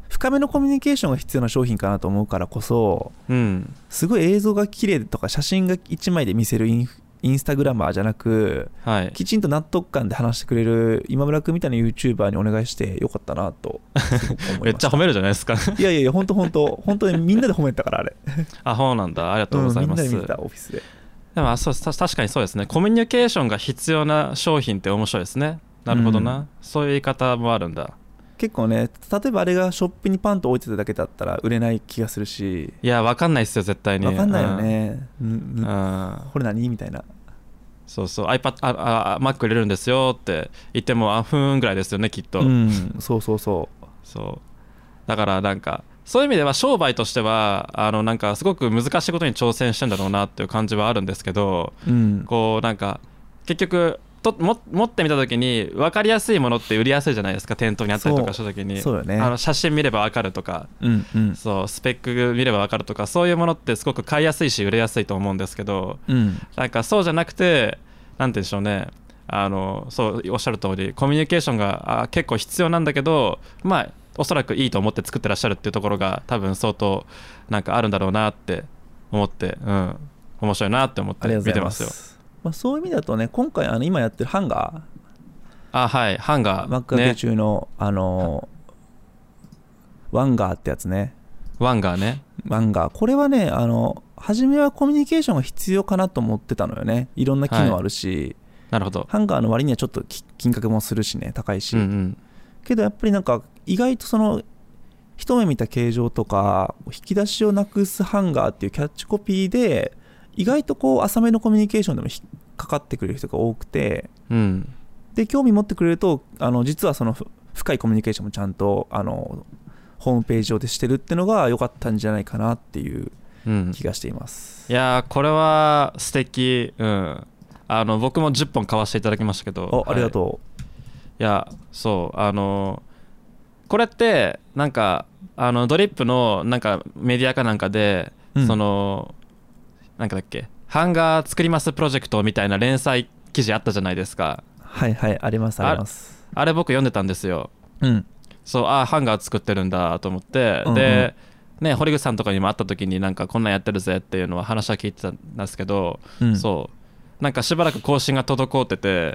B: 深めのコミュニケーションが必要な商品かなと思うからこそ
A: うん
B: すごい映像が綺麗とか写真が1枚で見せるインフインスタグラマーじゃなく
A: はい
B: きちんと納得感で話してくれる今村君みたいな YouTuber にお願いしてよかったなとすごく思いまし
A: [LAUGHS]
B: た
A: めっちゃ褒めるじゃないですか
B: いやいやいや本当本当 [LAUGHS] 本当にみんなで褒めてたからあれ
A: [LAUGHS] あそうなんだありがとうご
B: うん
A: ざい
B: みん
A: ま
B: な
A: す、
B: で見てたオフィスで
A: でもあそうた確かにそうですねコミュニケーションが必要な商品って面白いですねなるほどな、
B: うん
A: そういう言い方もあるんだ
B: 結構ね例えばあれがショップにパンと置いてただけだったら売れない気がするし
A: いやわかんないっすよ絶対に
B: わかんないよね、うん
A: うん、
B: うん
A: うん
B: これ何みたいな
A: そうそう iPad ああ Mac 入れるんですよって言ってもあふーんぐらいですよねきっと、
B: うんそうそうそう
A: そうだからなんかそういう意味では商売としてはあのなんかすごく難しいことに挑戦してんだろうなっていう感じはあるんですけど
B: うん
A: こうなんか結局とも持ってみた時に分かりやすいものって売りやすいじゃないですか店頭にあったりとかした時に
B: そうよね
A: あの写真見れば分かるとか
B: うんうん
A: そうスペック見れば分かるとかそういうものってすごく買いやすいし売れやすいと思うんですけど
B: うん
A: なんかそうじゃなくて何て言うんでしょうねあのそうおっしゃる通りコミュニケーションがあ結構必要なんだけどまあおそらくいいと思って作ってらっしゃるっていうところが多分相当なんかあるんだろうなって思って、うん、面白いなって思っ
B: あ
A: て
B: りがとうご
A: 見
B: ざ
A: て
B: いま
A: ますよ。
B: す。まあ、そういう意味だとね、今回、あの今やってるハンガ
A: あはいハン
B: ー、
A: ガ
B: 幕
A: ー、
B: 開け
A: ね、
B: 中の、あのーワンガーってやつね、
A: ワンガーね
B: ワンガー、これはね、あの初めはコミュニケーションが必要かなと思ってたのよね、いろんな機能あるし、
A: なるほど。
B: ハンガーの割にはちょっとき金額もするしね、高いし、
A: うんうん、
B: けどやっぱりなんか、意外とその、一目見た形状とか、引き出しをなくすハンガーっていうキャッチコピーで、意外とこう、浅めのコミュニケーションでも引っかかってくれる人が多くて、
A: うん、
B: で興味持ってくれるとあの実はそのふ深いコミュニケーションもちゃんとあのホームページ上でしてるってのが良かったんじゃないかなっていう
A: うん
B: 気がしています、
A: いやーこれは素敵うんあの僕も10本買わせていただきましたけど
B: あありが
A: う、
B: と
A: い、いやそうあのーこれってなんかあのドリップのなんかメディアかなんかで、
B: うん
A: そのなんかだっけハンガー作りますプロジェクトみたいな連載記事あったじゃないですか
B: う、はいはいありますあります
A: あれ僕読んでたんですよ
B: うん
A: そうあーハンガー作ってるんだと思って、
B: うんうん
A: で、ね、堀口さんとかにも会った時になんかこんなんやってるぜっていうのは話は聞いてたんですけど、
B: うん
A: そうなんかしばらく更新が滞って
B: [LAUGHS]
A: て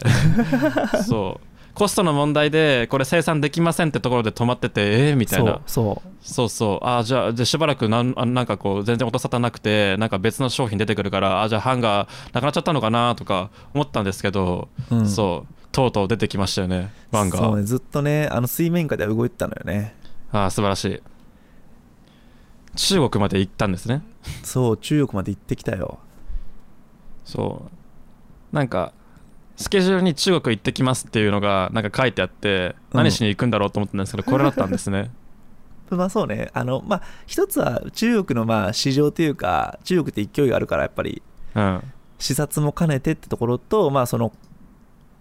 A: [LAUGHS] そうコストの問題でこれ生産できませんってところで止まっててえー、みたいな
B: そうそ
A: そうそうあーじゃあじゃあしばらくなんあなんかこう全然音沙汰なくてなんか別の商品出てくるからあーじゃあハンガーなくなっちゃったのかなとか思ったんですけど、
B: う、うん、
A: そうとうとう出てきましたよねワンガ
B: そう
A: ー、
B: ねずっとねあの水面下では動いてたのよね
A: あー素晴らしい中国まで行ったんですね
B: そう中国まで行ってきたよ
A: そうなんかスケジュールに中国行ってきますっていうのがなんか書いてあって
B: うん
A: 何しに行くんだろうと思ったんですけ
B: [LAUGHS]
A: ど、これだったんですね
B: まあそうねあのまあ一つは中国のまあ市場というか中国って勢いがあるからやっぱり
A: うん
B: 視察も兼ねてってところとまあその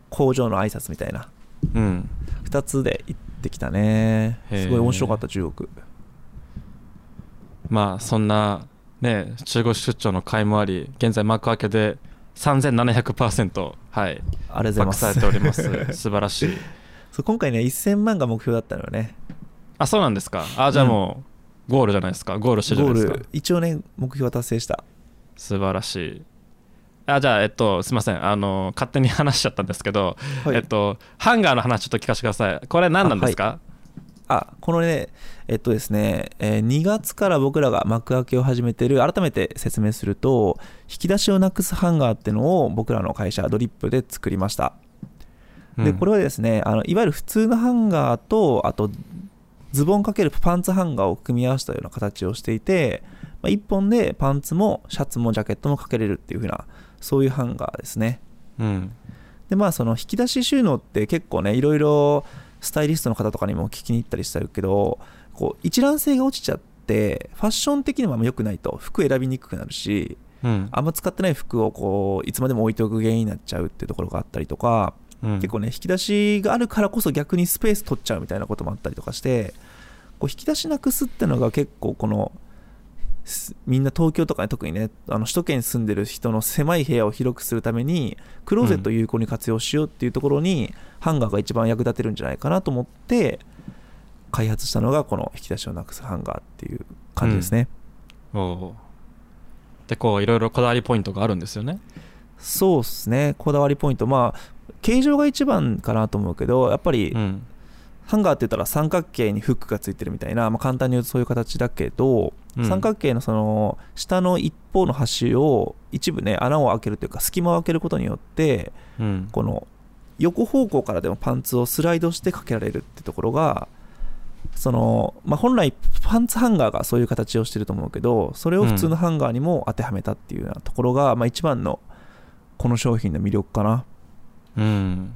B: 工場の挨拶みたいな
A: うん
B: 2つで行ってきたね
A: へー
B: すごい面白かった中国
A: まあそんなね中国出張の甲斐もあり現在幕開けで3700%はい
B: ありがとうご
A: 爆
B: ざ
A: さ
B: い
A: れており
B: ま
A: ますす素晴らしい
B: [LAUGHS] そう今回ね1000万が目標だったのよね
A: あそうなんですかあじゃあもうゴールじゃないですかゴールしてるじ
B: ゴ
A: ゃないです
B: ー
A: か
B: ル一応ね目標は達成した
A: 素晴らしいあじゃあえっとすいませんあの勝手に話しちゃったんですけど、
B: はい
A: えっとハンガーの話ちょっと聞かせてくださいこれ何なんですか、
B: あこのねえっとですね、え2月から僕らが幕開けを始めてる改めて説明すると引き出しをなくすハンガーってのを僕らの会社ドリップで作りましたでこれ
A: は
B: はですねあのいわゆる普通のハンガーとあとズボンかけるパンツハンガーを組み合わせたような形をしていて、まあ、1本でパンツもシャツもジャケットもかけれるっていう風なそういうハンガーですね
A: うん
B: でまあその引き出し収納って結構ねいろいろスタイリストの方とかにも聞きに行ったりしてるけどこう一覧性が落ちちゃってファッション的にもあんま良くないと服選びにくくなるし
A: うん
B: あんま使ってない服をこういつまでも置いておく原因になっちゃうっていうところがあったりとか
A: うん
B: 結構ね引き出しがあるからこそ逆にスペース取っちゃうみたいなこともあったりとかしてこう引き出しなくすってのが結構このすみんな東京とかね特にねあの首都圏に住んでる人の狭い部屋を広くするためにクローゼットを有効に活用しようっていうところに、ハンガーが一番役立てるんじゃないかなと思って開発したのがこの引き出しをなくすハンガーっていう感じですね、
A: おうでこういろいろこだわりポイントがあるんですよね
B: そうですねこだわりポイントまあ形状が一番かなと思うけどやっぱり
A: うん
B: ハンガーって言ったら三角形にフックがついてるみたいな、まあ、簡単に言うとそういう形だけど、
A: うん
B: 三角形のその下の一方の端を一部ね穴を開けるというか隙間を開けることによって
A: うん
B: この横方向からでもパンツをスライドしてかけられるってところがその、まあ、本来パンツハンガーがそういう形をしてると思うけどそれを普通のハンガーにも当てはめたっていうようなところが、まあ、一番のこの商品の魅力かな
A: うん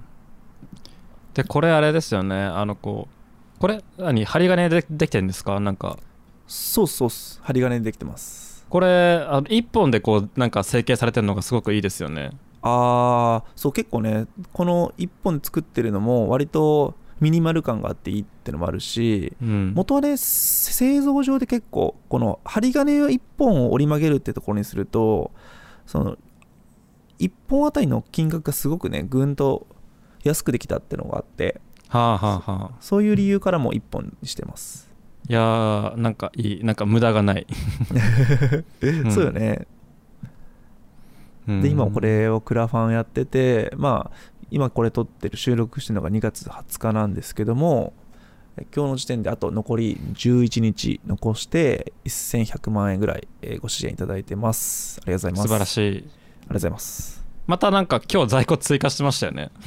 A: でこれあれですよねあのこうこれ何針金でできてるんですかなんか
B: そうそうそう針金でできてます
A: これあの1本でこうなんか成形されてるのがすごくいいですよね
B: ああそう結構ねこの1本で作ってるのも割とミニマル感があっていいってのもあるし
A: うん
B: 元はね製造上で結構この針金を1本を折り曲げるってところにするとその1本あたりの金額がすごくねぐんと安くできたってのがあって
A: はあはあはあ
B: そういう理由からも1本にし
A: [LAUGHS]
B: てます、 [LAUGHS]
A: いやーなんかいいなんか無駄がない、ん
B: そうよね
A: うん
B: で今もこれをクラファンやっててまあ今これ撮ってる収録してるのが2月20日なんですけどもえ今日の時点であと残り11日残して1100万円ぐらいえーご支援いただいてますありがとうございます
A: 素晴ら
B: い
A: しい
B: ありがとうございます
A: またなんか今日在庫追加してましたよね [LAUGHS]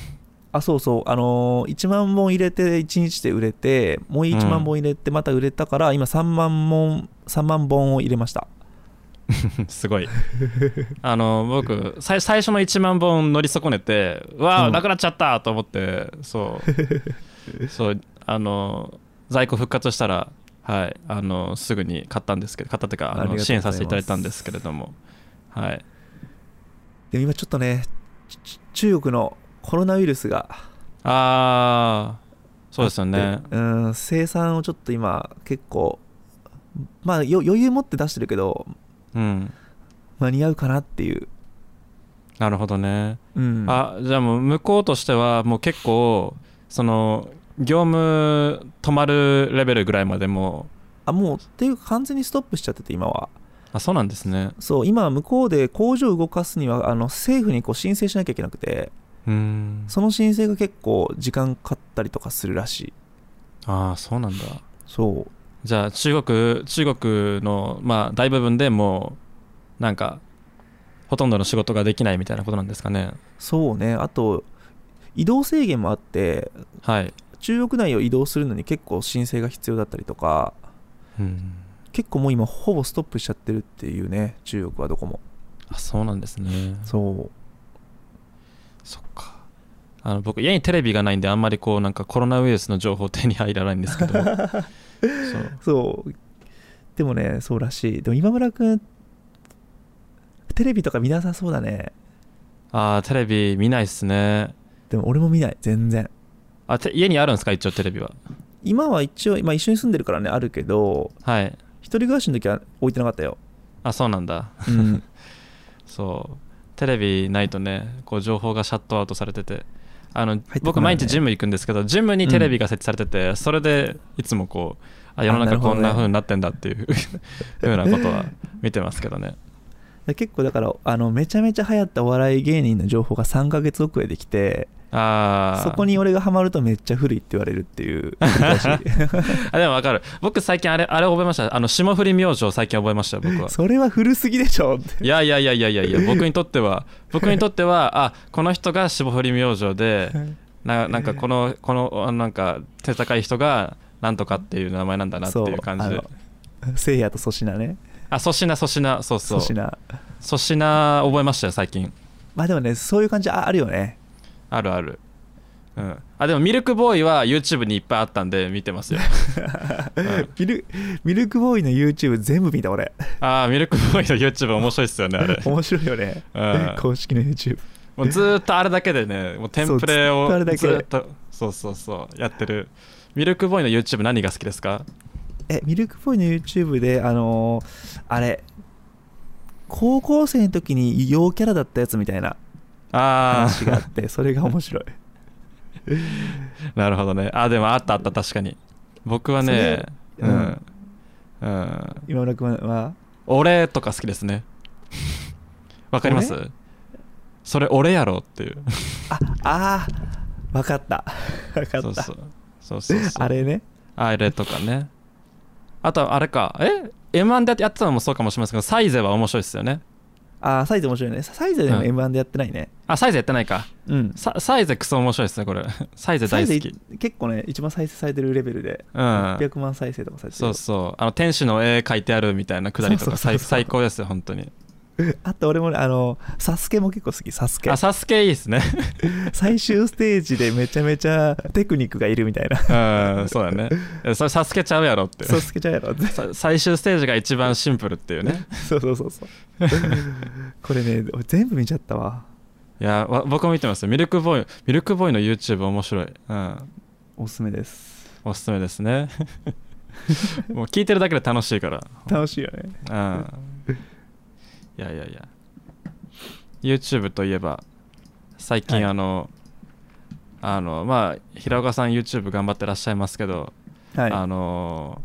B: あそうそうあのー1万本入れて1日で売れてもう1万本入れてまた売れたから、今3万本3万本を入れました
A: すごいあの僕さい最初の1万本乗り損ねてうわあ、
B: うん
A: なくなっちゃったと思ってそう
B: [LAUGHS]
A: そうあの在庫復活したらはいあのすぐに買ったんですけど買ったというかあ
B: ありがと
A: の
B: うございます
A: 支援させていただいたんですけれどもはい
B: でも今ちょっとねちち中国のコロナウイルスが
A: ああそうですよね
B: でうん生産をちょっと今結構まあよ余裕持って出してるけど
A: うん
B: 間に合うかなっていう、
A: なるほどね、
B: うん、
A: あじゃあもう向こうとしてはもう結構その業務止まるレベルぐらいまでもう
B: あもうっていうか完全にストップしちゃってて今は
A: あそうなんですね
B: そう今向こうで工場を動かすにはあの政府にこう申請しなきゃいけなくて
A: うん
B: その申請が結構時間かかったりとかするらしい
A: ああそうなんだ
B: そう
A: じゃあ中国中国のまあ大部分でもうなんかほとんどの仕事ができないみたいなことなんですかね
B: そうねあと移動制限もあって
A: はい、
B: 中国内を移動するのに結構申請が必要だったりとか
A: うん、
B: 結構もう今ほぼストップしちゃってるっていうね中国はどこも
A: あそうなんですね
B: そう
A: そっかあの僕家にテレビがないんであんまりこうなんかコロナウイルスの情報手に入らないんです [LAUGHS] けどそう
B: [LAUGHS] そうでもねそうらしいでも今村君テレビとか見なさそうだね
A: ああテレビ見ないっすね
B: でも俺も見ない全然
A: あて家にあるんですか一応テレビは
B: 今は一応、まあ、一緒に住んでるからねあるけど
A: はい
B: 一人暮らしの時は置いてなかったよ、
A: あそうなんだ [LAUGHS]
B: うん、
A: そうテレビないとねこう情報がシャットアウトされててあの
B: こないね
A: 僕毎日ジム行くんですけどジムにテレビが設置されてて、それでいつもこうあ世の
B: あな
A: 中
B: るほ
A: こ
B: ど
A: ん
B: ね
A: な風になってんだっていう [LAUGHS] ふうなことは見てますけどね
B: で結構だからあのめちゃめちゃ流行ったお笑い芸人の情報が3ヶ月遅れできて
A: ああ
B: そこに俺がハマるとめっちゃ古いって言われるっていう繰り返し
A: [LAUGHS] あでも分かる僕最近あれあれ覚えましたあの霜降り明星を最近覚えましたよ僕は
B: [LAUGHS] それは古すぎでしょって
A: いやいやいやいやいやいや僕にとっては僕にとってはあこの人が霜降り明星でななんかこのこのあなんか手高い人がなんとかっていう名前なんだなっていう感じで
B: せいやと粗品ね
A: あ粗品粗品そうそう
B: 粗品
A: 粗品覚えましたよ最近
B: まあでもねそういう感じああるよね
A: あるあるうんあでもミルクボーイは YouTube にいっぱいあったんで見て
B: [LAUGHS]
A: ますよ、うん
B: ミルミルクボーイの YouTube 全部見た俺
A: ああミルクボーイの YouTube 面白いっすよ
B: [LAUGHS]
A: ねあれ
B: 面白いよね
A: うん
B: 公式の YouTube
A: もうずーっとあれだけでねもうテンプレを
B: そうずっとあれだけ
A: ずーっとそうそうそうやってるミルクボーイの YouTube 何が好きですか
B: えミルクボーイの YouTube であのーあれ高校生の時に陽キャラだったやつみたいな
A: あ
B: 話があってそれが面白い
A: あなるほどねあーでもあったあった確かに僕はね
B: それ
A: うん、うん、
B: 今村君は
A: 俺とか好きですね [LAUGHS] わかりますそれ俺やろっていう
B: ああーわかった分かった
A: そうそうそうそうそう
B: あれね
A: あれとかねあとはあれかえ M1 でやってたのもそうかもしれませんけどサイゼは面白いですよね
B: あーサイズ面白いねサイズで
A: う
B: も
A: ん
B: M1 でやってないね
A: あサイゼやってないか
B: うん
A: ササイゼクソ面白いですねこれ [LAUGHS] サイゼ
B: サ
A: 大
B: イズ
A: 好き
B: 結構ね一番再生されてるレベルで
A: うん
B: 600万再生とかされてる
A: そうそうあの天使の絵描いてあるみたいなくだりとか
B: そうそうそ
A: 最
B: うそう
A: 最高ですよ本当に
B: [LAUGHS] あと俺もねあの「サスケも結構好き「サスケ
A: あサスケいいですね
B: 最終ステージでめちゃめちゃテクニックがいるみ
A: [LAUGHS]
B: たいな
A: うんそうだねえそれサスケちゃうやろっていう
B: サスケちゃ
A: [LAUGHS]
B: んやろって
A: さ最終ステージが一番シンプルっていうね
B: そうそうそうそうこれね俺全部見ちゃったわ
A: いやわ僕も見てますよミルクボーイミルクボーイの YouTube 面白い、うん、
B: おすすめです
A: おすすめですねもう聞いてるだけで楽しいから、
B: 楽しいよね
A: うん、いやいやいや YouTube といえば最近、
B: はい
A: あのあのまあ平岡さん YouTube 頑張ってらっしゃいますけど、
B: はい。
A: あの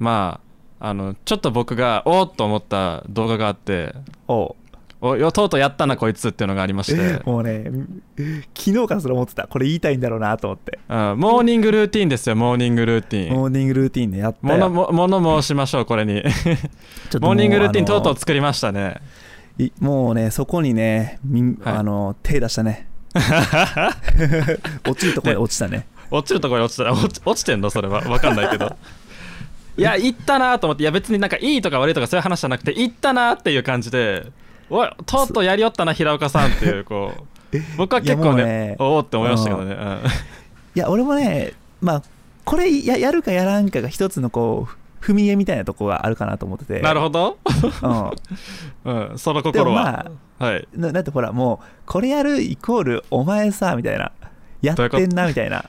A: ーまああのちょっと僕がおーっと思った動画があって
B: おう
A: およとうとうやったなこいつっていうのがありまして
B: もうね、昨日からそれ思ってた。これ言いたいんだろうなと思って。
A: うんモーニングルーティンですよモーニングルーティン
B: モーニングルーティンね、やった
A: も
B: よ
A: のも物申しましょうこれに
B: [LAUGHS] ちょっと
A: モ
B: も
A: ー
B: う
A: ニングルーティン
B: あの
A: とうとう作りましたね
B: いもうね、そこにね、みん
A: はい
B: あの手出し
A: [LAUGHS]
B: たね。 [LAUGHS] 落ちるところで落ちたね。
A: 落ちるところに落ちたら落ち落ちてんのそれは分かんないけど [LAUGHS] いや行ったなと思っていや別になんかいいとか悪いとかそういう話じゃなくて行ったなっていう感じでおいとうとうやりおったな平岡さんっていうこ
B: [LAUGHS]
A: う僕は結構ね
B: いやもうね
A: おおって思いましたけどね、うん
B: いや、俺もね、まあ、これややるかやらんかが一つのこう、踏み絵みたいなとこがあるかなと思ってて。
A: なるほ
B: [LAUGHS]
A: ど、
B: うん
A: うん、その心は
B: で、
A: はい
B: なだってほらもうこれやるイコールお前さみたいなやってんなみたいな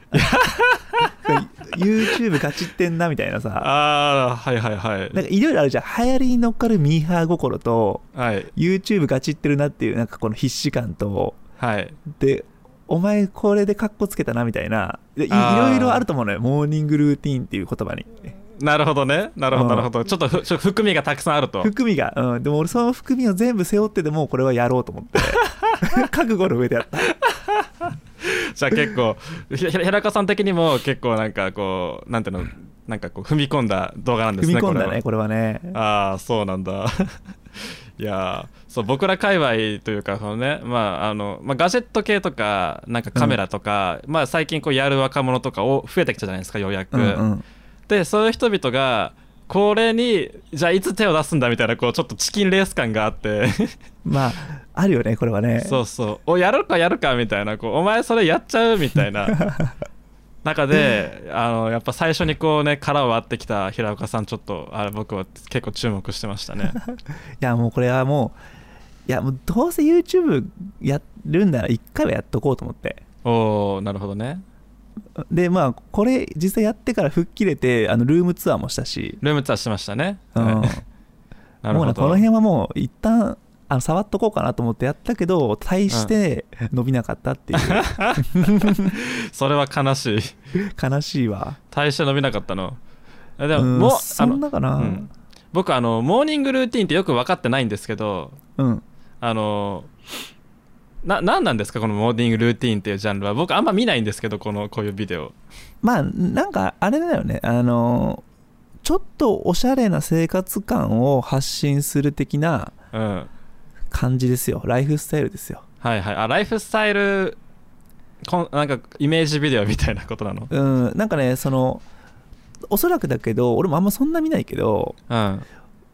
B: [LAUGHS] YouTube ガチってんなみたいなさ
A: ああはいはいはい
B: なんかいろいろあるじゃん流行りに乗っかるミーハー心と
A: はい
B: YouTube ガチってるなっていうなんかこの必死感と
A: はい
B: でお前これでカッコつけたなみたいないい
A: あー
B: ろいろあると思うのよモーニングルーティーンっていう言葉に
A: なるほどねなるほ
B: うん
A: どなるほどちょっとふちょっと含みがたくさんあると
B: 含みが、うん、でも俺その含みを全部背負ってでもうこれはやろうと思って
A: [LAUGHS]
B: 覚悟の上でやった
A: じゃあ結構ひひ平岡さん的にも結構なんかこうなんていうのなんかこう踏み込んだ動画なんです
B: 踏
A: ね
B: み込ん
A: こ
B: だ
A: れは
B: ねこれはね
A: ああそうなんだいやーそう僕ら界隈というかそのねまああの、まあ、ガジェット系とかなんかカメラとか、まあ最近こうやる若者とかを増えてきたじゃないですかようやく、
B: うんうん
A: でそういう人々がこれにじゃあいつ手を出すんだみたいなこうちょっとチキンレース感があって
B: まあ、あるよね、これはね。
A: そうそうおやるかやるかみたいなこうお前それやっちゃうみたいな中であのやっぱ最初にこうね殻を割ってきた平岡さんちょっとあれ僕は結構注目してました
B: [LAUGHS]
A: ね
B: [LAUGHS] いや、もうこれはもう、いや、もうどうせ YouTube やるんなら一回はやっとこうと思って。
A: おおなるほどね
B: で、まあ、これ実際やってから吹っ切れて、あの、ルームツアーもしたし、
A: ルームツアーしてましたね、
B: うん。
A: はいなる
B: もう
A: ほど
B: ね、この辺はもう一旦、あの触っとこうかなと思ってやったけど、対して伸びなかったっていう、
A: [LAUGHS] それは悲しい
B: 悲しいわ。
A: 大して伸びなかったのえで
B: で
A: も
B: も、
A: もう
B: そんなか
A: あ
B: な。
A: の、うん、僕あのモーニングルーティンってよく分かってないんですけど
B: うん。
A: あのな何なんですかこのモーニングルーティンっていうジャンルは僕あんま見ないんですけどこのこういうビデオ
B: まあ、なんか、あれだよね、あの、ちょっとおしゃれな生活感を発信する的な、
A: うん
B: 感じですよライフスタイルですよ
A: はいはいあライフスタイルこんなんかイメージビデオみたいなこと
B: [LAUGHS]
A: なの
B: うんなんかねそのおそらくだけど俺もあんまそんな見ないけど
A: うん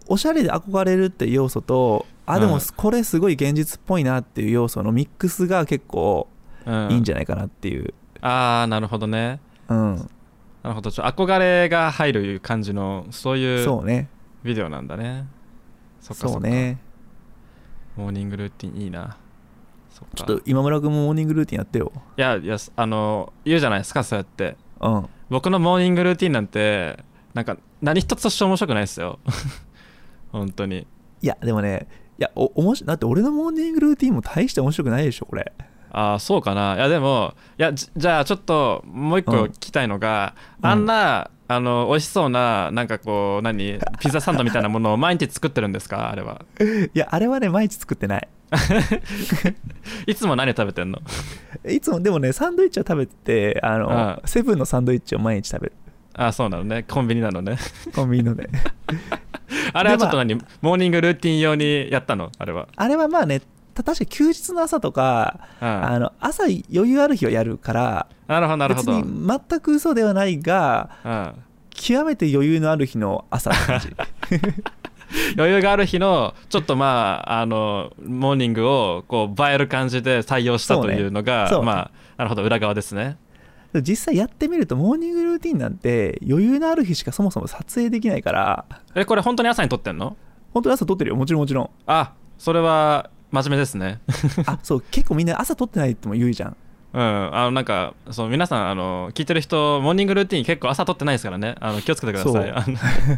B: おしゃれで憧れるっていう要素とあで
A: う
B: も
A: ん
B: これすごい現実っぽいなっていう要素のミックスが結構
A: うん
B: いいんじゃないかなっていう、
A: ああなるほどね
B: うん
A: なるほどちょ憧れが入る感じのそういう
B: そうね
A: ビデオなんだねそっかそっか
B: そうね
A: モーニングルーティンいいなそっか
B: ちょっと今村君もモーニングルーティンやってよ
A: いやいやあの言うじゃないですかそうやって
B: うん
A: 僕のモーニングルーティンなんてなんか何一つとして面白くないですよ [LAUGHS] 本当に
B: いやでもねいやおおもしだって俺のモーニングルーティンも大して面白くないでしょこれ
A: ああそうかないやでもいやじじゃあちょっともう一個
B: うん
A: 聞きたいのが、
B: うん
A: あんなあの美味しそうななんかこう何ピザサンドみたいなものを毎日作ってるんですかあ [LAUGHS] れはい
B: やあれはね毎日作ってない
A: いつも何食べてんの
B: いつもでもねサンドイッチは食べててあの
A: あ
B: セブンのサンドイッチを毎日食べる
A: ああそうなのねコンビニなのね [LAUGHS]
B: コンビニので
A: あれはちょっと何、モーニングルーティン用にやったのあれは
B: あれはまあねた確か休日の朝とか、
A: うん
B: あの朝余裕ある日はやるから
A: なるほどなるほ
B: 別
A: ど、う
B: に
A: ん、
B: 全く嘘ではないが
A: 余
B: 極めて余裕のある日の朝って
A: [LAUGHS]
B: 感じ
A: 裕がある日のちょっとまああのモーニングをこう映える感じで採用した
B: そう
A: と
B: ね
A: いうのが
B: そう
A: まあなるほど裏側ですね
B: でも実際やってみるとモーニングルーティンなんて余裕のある日しかそもそも撮影できないから
A: えこれ本当に朝に撮ってんの
B: 本当に朝撮ってるよもちろんもちろん
A: あそれは真面目ですね
B: あそう結構みんな朝撮ってないっても言うじゃん
A: [LAUGHS] うんあのなんかそう皆さんあの聞いてる人モーニングルーティン結構朝撮ってないですからねあの気をつけてください
B: そう
A: あの [LAUGHS]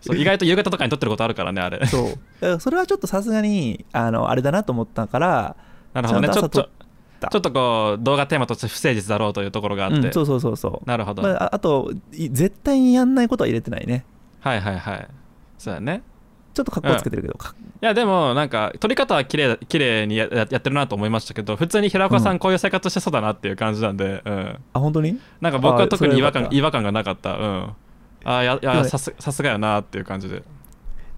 A: そう意外と夕方とかに撮ってることあるからねあれ
B: そうだからそれはちょっとさすがにあのあれだなと思ったから
A: なるほどね
B: ち
A: ち
B: ゃん
A: ょ
B: と
A: っとち
B: 朝
A: ょ
B: った
A: ちょっとこう動画テーマとして不誠実だろうというところがあって、
B: うんそうそうそうそう
A: なるほど、
B: まあ、ああとい絶対にやんないことは入れてないね
A: はいはいはいそうだね
B: ちょっと格好つけてるけど、か
A: いやでもなんか撮り方は綺麗綺麗にやややってるなと思いましたけど普通に平岡さ
B: うん
A: こういう生活してそうだなっていう感じなんで、うん
B: あ本当に
A: なんか僕は特に違和
B: あ
A: 感
B: それ
A: 違和感がなかったうんあーや
B: でも
A: や
B: ね
A: さすさすがやなっていう感じで
B: で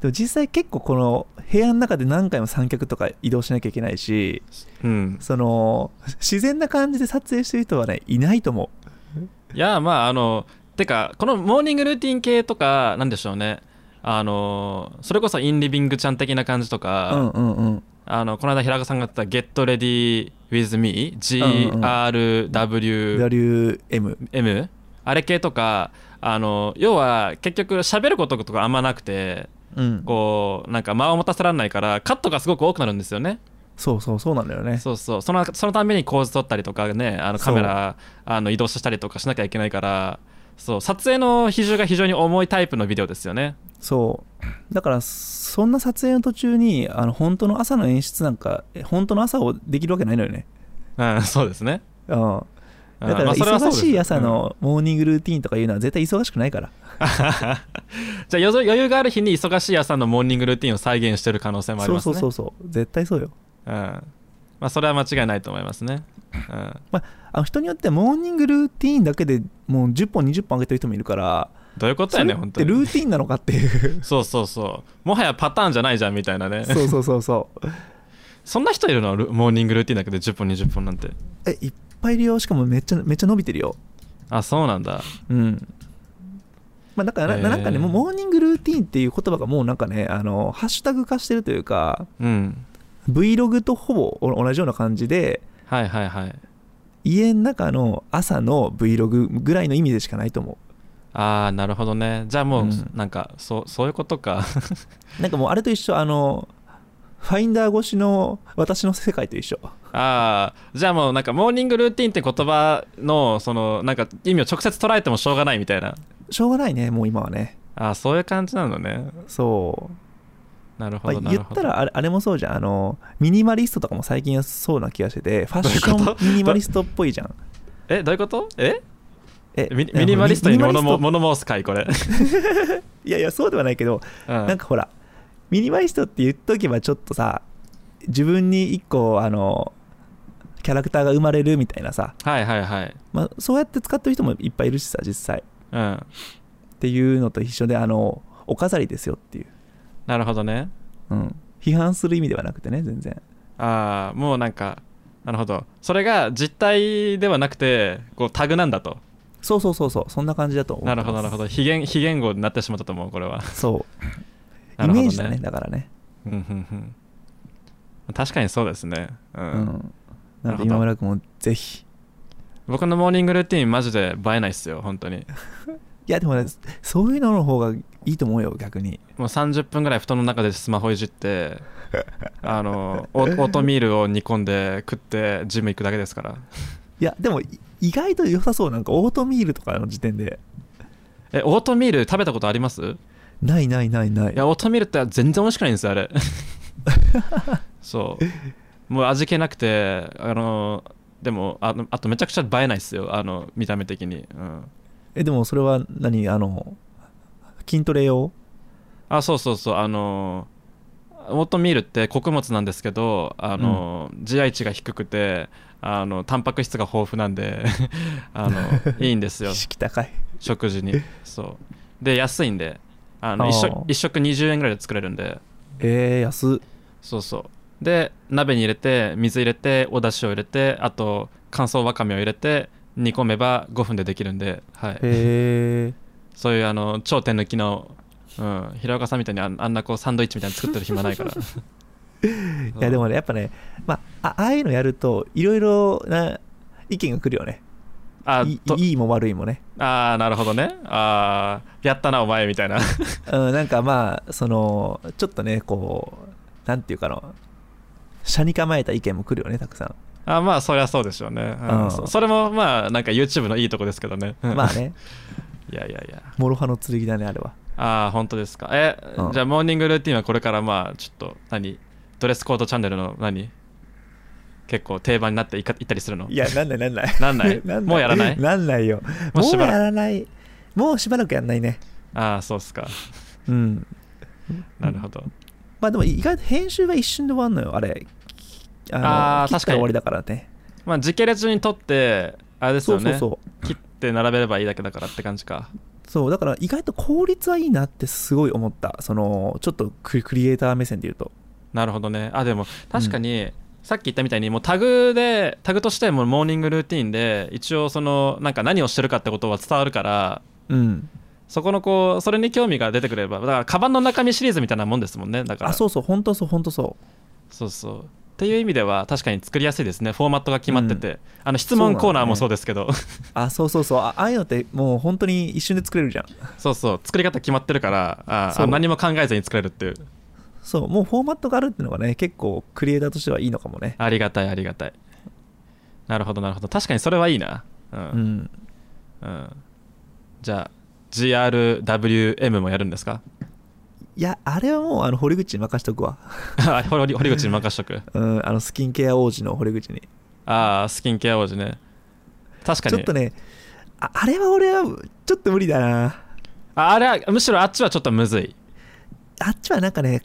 B: も実際結構この部屋の中で何回も三脚とか移動しなきゃいけないし
A: うん
B: その自然な感じで撮影してる人はねいないと思う
A: いやまああのてかこのモーニングルーティン系とかなんでしょうねあのそれこそインリビングちゃん的な感じとか、
B: うんうんうん
A: あのこの間平川さんが言ってた「Get Ready with Me」GRWM、
B: WM
A: あれ系とかあの要は結局喋ることとかあんまなくて
B: うん
A: こうなんか間を持たせられないからカットがすごく多くなるんですよね
B: そうそうそうなのよね
A: そうそうそのそのために構図撮ったりとかねあのカメラあの移動したりとかしなきゃいけないからそう撮影の比重が非常に重いタイプのビデオですよね
B: そうだからそんな撮影の途中にあの本当の朝の演出なんかえ本当の朝をできるわけないのよね
A: うんそうですね
B: うん
A: うん
B: だ
A: ま
B: から
A: あそれはそう
B: 忙
A: です
B: しい朝のモーニングルーティーンとかいうのは絶対忙しくないから
A: [LAUGHS]
B: [LAUGHS]
A: じゃあよぞ余裕がある日に忙しい朝のモーニングルーティンを再現してる可能性もあり
B: そう
A: ます
B: そ
A: ね
B: うそうそう絶対そうよ
A: うんまあ、それは間違いないと思いますね、うん、
B: あの人によってはモーニングルーティーンだけでもう10本20本上げてる人もいるから
A: どういうこと
B: そ
A: やね
B: れ
A: ん
B: っ
A: 本当
B: てル
A: に
B: ーティーンなのかっ
A: [LAUGHS]
B: ていう
A: そうそうそうもはやパターンじゃないじゃんみたいなね
B: そうそうそうそう
A: [LAUGHS] そんな人いるのルモーニングルーティンだけで10本20本なんて
B: えいっぱい利用しかもめっちゃめっちゃ伸びてるよ
A: あそうなんだ
B: うんまあだからな,、
A: へー
B: なんかねもうモーニングルーティーンっていう言葉がもうなんかねあのハッシュタグ化してるというか
A: うん
B: Vlog とほぼお同じような感じで
A: はいはいはい
B: 家の中の朝の Vlog ぐらいの意味でしかないと思
A: ああなるほどねじゃあもう、
B: うん
A: なんかそうそういうことか [LAUGHS]
B: うなんかもうあれと一緒あのファインダー越しの私の世界と一緒
A: ああじゃあもうなんかモーニングルーティンって言葉のそのなんか意味を直接捉えてもしょうがないみたいな
B: しょうがないねもう今はね
A: ああそういう感じなのね
B: そう
A: なるほ
B: ま
A: ど
B: あ、
A: な
B: 言
A: る
B: っ
A: ほど
B: たらあれあれもそうじゃんあのミニマリストとかも最近はそうな気がしててファッシ
A: どういうこ
B: ョ
A: と
B: ンミニマリストっぽいじゃん
A: えどういうことえ
B: え
A: ミニミニマリストに
B: ミ
A: 物も
B: ミニマ
A: 物
B: リス
A: 申す会これ、 [LAUGHS] う
B: [LAUGHS] トいやいやそうではないけど、
A: ん
B: なんかほらミニマリストって言っとけばちょっとさ自分に一個あのキャラクターが生まれるみたいなさ、
A: はいはいはい。
B: まあ、そうやって使ってる人もいっぱいいるしさ実際
A: うん。
B: っていうのと一緒であのお飾りですよっていう、
A: なるほどね。
B: うん、批判する意味ではなくてね全然
A: ああ、もうなんか、なるほど。それが実体ではなくて、こうタグなんだと。
B: そうそうそうそうそんな感じだと思う
A: なるほどなるほど。非言非言語になってしまったと思う、これは。
B: そう
A: [LAUGHS] なるほど
B: イ
A: ね
B: メージだねだからね
A: うんうんうん。確かにそうですね。うん。
B: うん、
A: なる
B: な
A: ほど
B: ので今村君もぜひ
A: 僕のモーニングルーティン、マジで映えないっすよ、本当に。
B: いや [LAUGHS] でもねそういうのの方がいいと思うよ逆に
A: もう30分ぐらい布団の中でスマホいじって、あの、オオートミー [LAUGHS] ルを煮込んで食って、ジム行くだけですから。
B: いやでもい意外と良さそうなんかオートミールとかの時点で
A: え、オートミール食べたことあります
B: ないないないない
A: いやオートミールって全然美味しくないんですよあれ [LAUGHS] そうもう味気なくてあのでもあのあとめちゃくちゃ映えないですよあの見た目的に、うん、
B: えでもそれは何あの筋トレ用
A: あそうそうそうあのオートミールって穀物なんですけどあの、GI 値が低くてあのタンパク質が豊富なんで [LAUGHS] あのいいんですよ
B: [LAUGHS] 意識高い
A: 食事にそうで安いんであの
B: あー
A: 1, 食一食20円ぐらいで作れるんで
B: えー、安っ
A: そうそうで鍋に入れて水入れてお出汁を入れてあと乾燥わかめを入れて煮込めば5分でできるんで、はい、 [LAUGHS]
B: えー、
A: そういうあの超手抜きの、うん、平岡さんみたいにあんあんなこうサンドイッチみたいに作ってる暇ない
B: [LAUGHS]
A: から
B: いやでもねやっぱね、まあ、あああいうのやるといろいろな意見が来るよね
A: あ
B: い
A: と
B: いいも悪いもね、
A: あーなるほどねあーやったなお前みたいな [LAUGHS]
B: うん、なんかまあそのちょっとねこうなんていうかな車に構えた意見も来るよねたくさん
A: あまあそりゃそうでしょうね、うん
B: うん
A: そそれもまあなんか YouTube のいいとこですけどね、うん
B: まあね、
A: いやいやいや
B: 諸刃の剣だね、あれは。
A: ああ本当ですかえ、
B: うん
A: じゃあモーニングルーティンはこれからまあちょっと何ドレスコードチャンネルの何結構定番になっていかいったりするの
B: いや、なんない [LAUGHS] なんない。
A: なんないもうやらない
B: なんないよ。
A: もう
B: も
A: し
B: う
A: ばらく
B: やらない。もうしばらくやんないね。
A: ああそうっすか
B: うん。
A: なるほど
B: まあでも意外と編集が一瞬で終わるのよ、あれ。あの
A: あー
B: 切っ
A: 確か
B: たら
A: に
B: 終わりだからね。
A: まあ時系列順にとってあれです
B: そ
A: よ
B: うそう
A: ね
B: そう。
A: 切って並べればいいだけだからって感じか
B: そうだから意外と効率はいいなってすごい思ったそのちょっとククリエイター目線で言うと
A: なるほどねあでも確かに、さっき言ったみたいにもうタグでタグとしてもうモーニングルーティンで一応そのなんか何をしてるかってことは伝わるから
B: うん
A: そこのこうそれに興味が出てくればだからカバンの中身シリーズみたいなもんですもんねだから
B: あそうそう本当そう本当そ
A: そうそうっていう意味では確かに作りやすいですねフォーマットが決まってて、
B: う
A: あの質問コーナーもそうですけど
B: うあそうそうそうあああいうのってもう本当に一瞬で作れるじゃん
A: [LAUGHS] そうそう作り方決まってるからあ
B: そう
A: あ何も考えずに作れるっていう
B: そうもうフォーマットがあるっていうのがね結構クリエイターとしてはいいのかもね
A: ありがたいありがたいなるほどなるほど確かにそれはいいなうん、
B: うん
A: うん、じゃあ GRWM もやるんですか [LAUGHS]
B: いやあれはもうあの堀口に任しとくわ
A: あ堀堀口に任しとく
B: うんあのスキンケア王子の堀口に
A: ああスキンケア王子ね確か
B: ち
A: に
B: ょっとねああれは俺はちょっと無理だな
A: ああれはむしろあっちはちょっとむずい
B: あっちはなんかね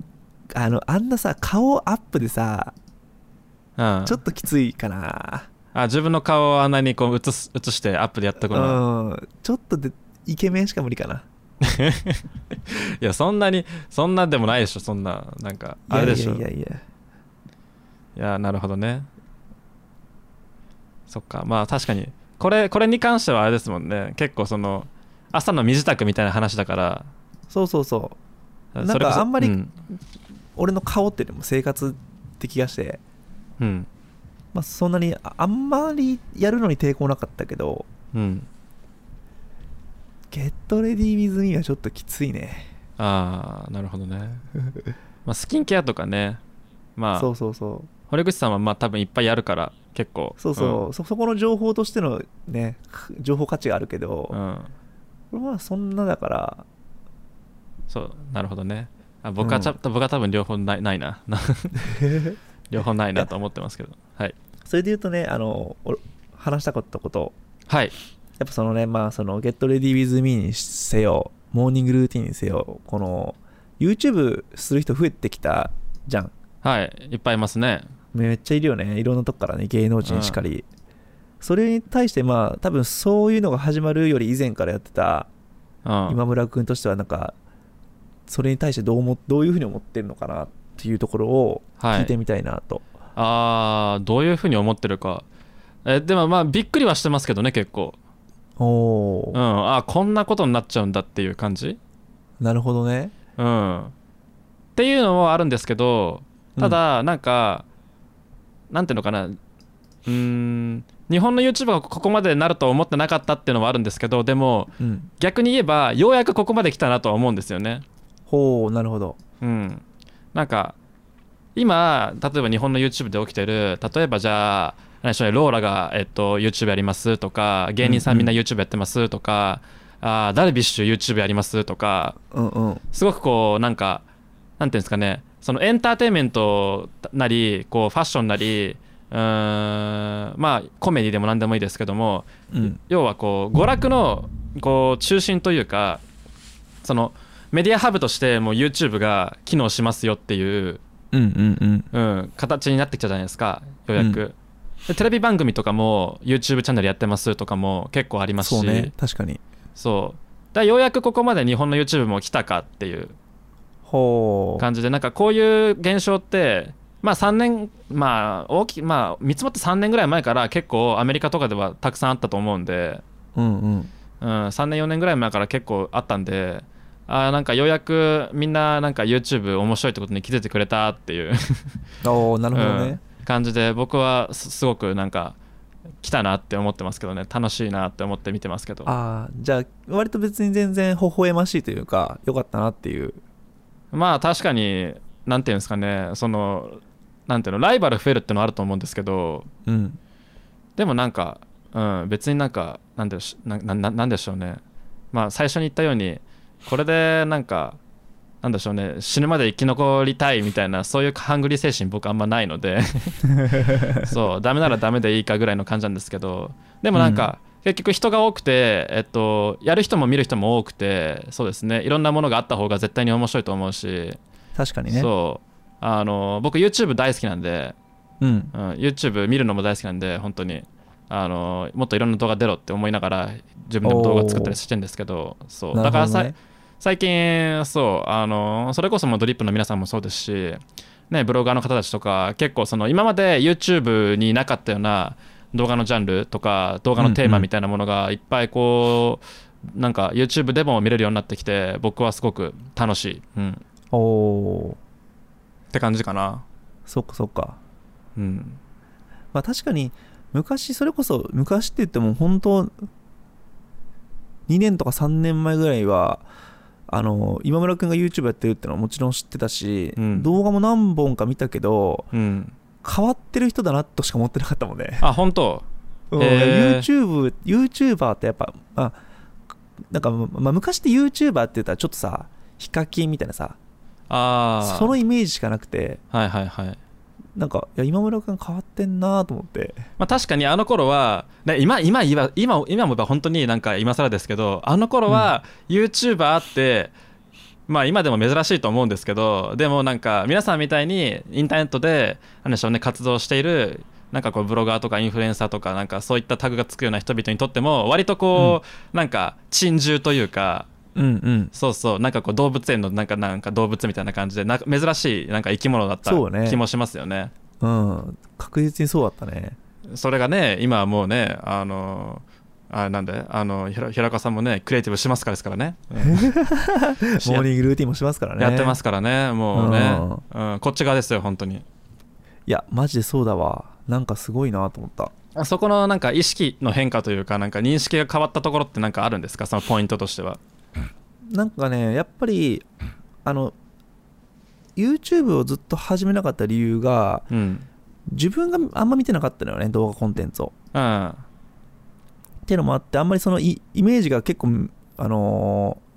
B: あのあんなさ顔アップでさ
A: うん、
B: ちょっときついかな
A: あ自分の顔をあんなにこう映す映してアップでやったくのは
B: うん、ちょっとでイケメンしか無理かな。
A: [LAUGHS] いやそんなにそんなでもないでしょそんななんかあれでしょい
B: い
A: や
B: やいやいやいや
A: なるほどねそっかまあ確かにこれこれに関してはあれですもんね結構その朝の身支度みたいな話だから
B: そうそうそ
A: そ
B: う。なんか
A: れこそ
B: あんまり
A: うん
B: 俺の顔ってでも生活って気がして、
A: うん、
B: まあ、そんなにああんまりやるのに抵抗なかったけど、
A: うん
B: ゲットレディー・ウィズ・ミーはちょっときついね。
A: ああなるほどね、まあ、スキンケアとかねま
B: そ
A: あ
B: うそうそう。
A: 堀口さんはまあ多分いっぱいやるから結構
B: そうそう、そそこの情報としてのね、情報価値があるけど、
A: うん、うん
B: これはそんなだから、
A: そうなるほどねあ僕はちゃ、僕は多分両方ないない
B: [LAUGHS]
A: な両方ないなと思ってますけどはい
B: それで言うとね、あの、俺話したかったこと、
A: はい
B: やっぱそのね、まあ、その、Get Ready With Me にせよ、モーニングルーティンにせよ、この、YouTube する人増えてきたじゃん。
A: はいいっぱいいますね
B: めっちゃいるよね。いろんなとこからね、芸能人しかり。それに対して、まあ、多分そういうのが始まるより以前からやってた
A: うん
B: 今村君としては、なんか、それに対してどう思、どういうふうに思ってるのかなっていうところを
A: はい
B: 聞いてみたいなと。
A: あーどういうふうに思ってるかえでもまあびっくりはしてますけどね結構
B: お
A: う
B: ー
A: んあこんなことになっちゃうんだっていう感じ
B: なるほどね。
A: うんっていうのもあるんですけどただなんか、なんていうのかなうーん日本の YouTuber がここまでなると思ってなかったっていうのもあるんですけどでも
B: うん。
A: 逆に言えばようやくここまで来たなとは思うんですよね
B: ほう、なるほど。
A: うん、なんか今例えば日本の YouTube で起きてる例えばじゃあ何でしょうねローラが、えっと、YouTube やりますとか芸人さんみんな YouTube やってますとか、あーダルビッシュ YouTube やりますとか
B: うんうん。
A: すごくこうなんかなんていうんですかねそのエンターテインメントなりこうファッションなりうーんまあコメディでも何でもいいですけども
B: うん。
A: 要はこう娯楽のこう中心というかそのメディアハブとしてもう YouTube が機能しますよっていう、
B: うんうんうん。
A: うん、形になってきたじゃないですかようやく、
B: う
A: でテレビ番組とかも YouTube チャンネルやってますとかも結構ありますし
B: そうね。確かに。
A: そうだからようやくここまで日本の YouTube も来たかっていう
B: ほう。
A: 感じでなんかこういう現象ってまあ3年まあ大きまあ見積もって3年ぐらい前から結構アメリカとかではたくさんあったと思うんで
B: うんうん。
A: うん、3年4年ぐらい前から結構あったんであーなんかようやくみんななんか YouTube 面白いってことに気づいてくれたっていう
B: おおなるほどね、
A: うん感じで僕はすすごくなんか来たなって思ってますけどね楽しいなって思って見てますけど
B: ああじゃあ割と別に全然微笑ましいというかよかったなっていう
A: まあ確かになんていうんですかねそのなんていうのライバル増えるってのはあると思うんですけど
B: うん
A: でもなんか、うん、別になんかなんでしななななんでしょうねまあ最初に言ったようにこれでなんかなんなんでしょうね死ぬまで生き残りたいみたいなそういうハングリー精神僕あんまないのでそうダメならダメでいいかぐらいの感じなんですけどでもなんか、結局人が多くて、えっと、やる人も見る人も多くてそうですねいろんなものがあった方が絶対に面白いと思うし、
B: 確かにね。
A: そうあの僕 YouTube 大好きなんで、
B: うん。
A: うん、YouTube 見るのも大好きなんで本当にあのもっといろんな動画出ろって思いながら自分でも動画作ったりしてるんですけどそう
B: な
A: だから
B: るほど
A: さ
B: ね。
A: 最近そうあのそれこそもうドリップの皆さんもそうですし、ね、ブロガーの方たちとか結構その今まで YouTube になかったような動画のジャンルとか動画のテーマみたいなものがいっぱいこう、なんか YouTube でも見れるようになってきて僕はすごく楽しい、うん、
B: おお
A: って感じかな、
B: ー、そっかそっか。
A: うん、
B: まあ確かに、昔、それこそ、昔って言っても、本当、2年とか3年前ぐらいは、あの、今村くんが YouTube やってるってのはもちろん知ってたし、
A: うん
B: 動画も何本か見たけど、
A: うん、
B: 変わってる人だなとしか思ってなかったもんね。
A: あ本当
B: うん
A: へー
B: YouTube、YouTuber ってやっぱ、あ、なんか、まあ、昔って YouTuber って言ったらちょっとさ、ヒカキンみたいなさ、
A: ああ
B: そのイメージしかなくて、
A: はいはいはい
B: なんか、いや、今村君変わってんなと思って。
A: まあ、確かにあの頃は、ね、今今言えば今今も言えば本当になんか今更ですけどあの頃は YouTuber って、まあ今でも珍しいと思うんですけどでもなんか皆さんみたいにインターネットでなんでしょうね活動しているなんかこうブロガーとかインフルエンサーとかなんかそういったタグがつくような人々にとっても割とこう、なんか珍獣というか
B: うんうん。
A: そうそうなんかこう動物園のなんかなんか動物みたいな感じでなんか珍しいなんか生き物だった
B: そうね
A: 気もしますよね。
B: うん。確実にそうだったね。
A: [LAUGHS] それがね、今はもうね、あのあなんで、あのひら平岡さんもね、クリエイティブしますからですからね、し
B: モーニングルーティンもしますからね。。
A: やってますすからね、もうね、うん、こっち側ですよ、本当に。
B: いや、マジでそうだわ。なんかすごいなと思った。
A: そこのなんか意識の変化というか、なんか認識が変わったところって、なんかあるんですか、そのポイントとしては。
B: なんかね、やっぱり、あの、YouTube をずっと始めなかった理由が、
A: うん、
B: 自分があんま見てなかったのよね、動画コンテンツを。
A: うん、
B: っていうのもあってあんまりそのイイメージが結構あのー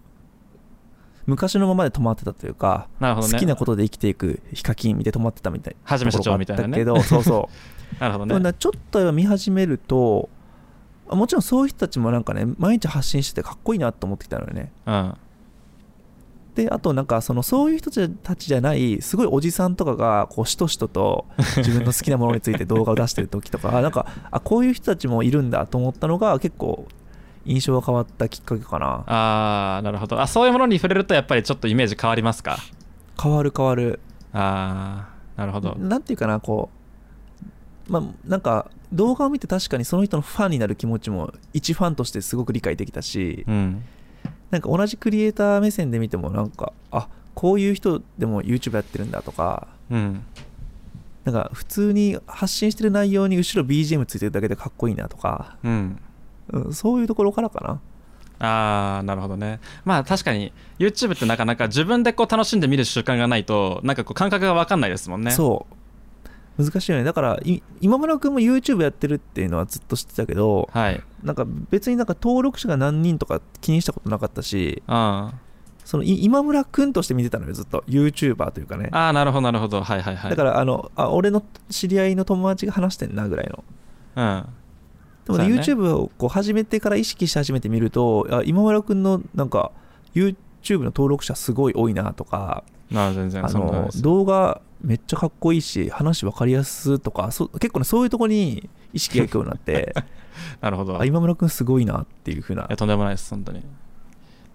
B: 昔のままで止まってたというか、
A: なるほど
B: 好
A: ね。
B: きなことで生きていくヒカキン見て止まってたみたい
A: はじめ社長みたいなね
B: ところがあったけどそうそ
A: なるほ
B: う、 [LAUGHS] で
A: ど
B: も
A: ね。
B: なちょっと見始めるとあもちろんそういう人たちもなんかね毎日発信しててかっこいいなと思ってきたのよね
A: うん、
B: であとなんかそのそういう人たちじゃないすごいおじさんとかがこうしとしとと自分の好きなものについて動画を出してる時とか [LAUGHS] あなんかあこういう人たちもいるんだと思ったのが結構印象が変わったきっかけかな
A: ああ、なるほど。あ、そういうものに触れると、やっぱりちょっとイメージ変わりますか。
B: 変わる変わる
A: ああ、なるほど。
B: なんていうかなこうまあなんか動画を見て確かにその人のファンになる気持ちも一ファンとしてすごく理解できたし
A: うん、
B: なんか同じクリエイター目線で見てもなんかあこういう人でも YouTube やってるんだとか
A: うん、
B: なんか普通に発信してる内容に後ろ BGM ついてるだけでかっこいいなとか、
A: うん。
B: うん、そういうところからかな
A: あーなるほどねまあ確かに YouTube ってなかなか自分でこう楽しんで見る習慣がないとなんかこう感覚が分かんないですもんねう
B: そう難しいよねだからい今村君も YouTube やってるっていうのはずっと知ってたけど
A: はい
B: なんか別になんか登録者が何人とか気にしたことなかったし
A: あ
B: そのい今村君として見てたのよずっと YouTuber というかね
A: あーなるほどなるほどはいはいはい
B: だからあのあ俺の知り合いの友達が話してんなぐらいの
A: ら
B: でもね、
A: そうやね
B: YouTube をこう始めてから意識し始めてみるとあ今村君のなんか YouTube の登録者すごい多いなとか
A: うんまあ全然
B: あ
A: そんなことない
B: の
A: です
B: 動画めっちゃかっこいいし話分かりやすとかそ結構ねそういうとこに意識がいくようになって
A: [LAUGHS] なるほど
B: あ
A: い
B: 今村君すごいなっていうふうな
A: やとんでもないです本当に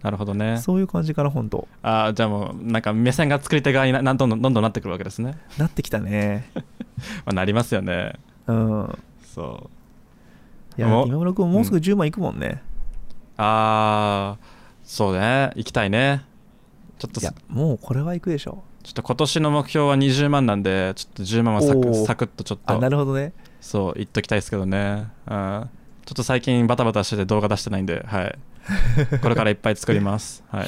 A: なるほどね
B: そういう感じかな本当
A: あーじゃあもうなんか目線が作り手側にななんどんどんどんどんなってくるわけですね、 [LAUGHS]
B: なってきたね
A: まあ、なりますよね
B: うん
A: そう
B: いや
A: もう
B: 今村君もうすぐ10万いくもんね、
A: ああそうね行きたいねちょっと
B: い
A: す
B: やもうこれはいくでしょ
A: ちょっと今年の目標は20万なんでちょっと10万はサ
B: お
A: ク
B: ー
A: サクッとちょっ
B: あ
A: と
B: なるほどね
A: そう言っときたいですけどね、うん、ちょっと最近バタバタしてて動画出してないんで、
B: [LAUGHS]
A: はい、これからいっぱい作ります、はい、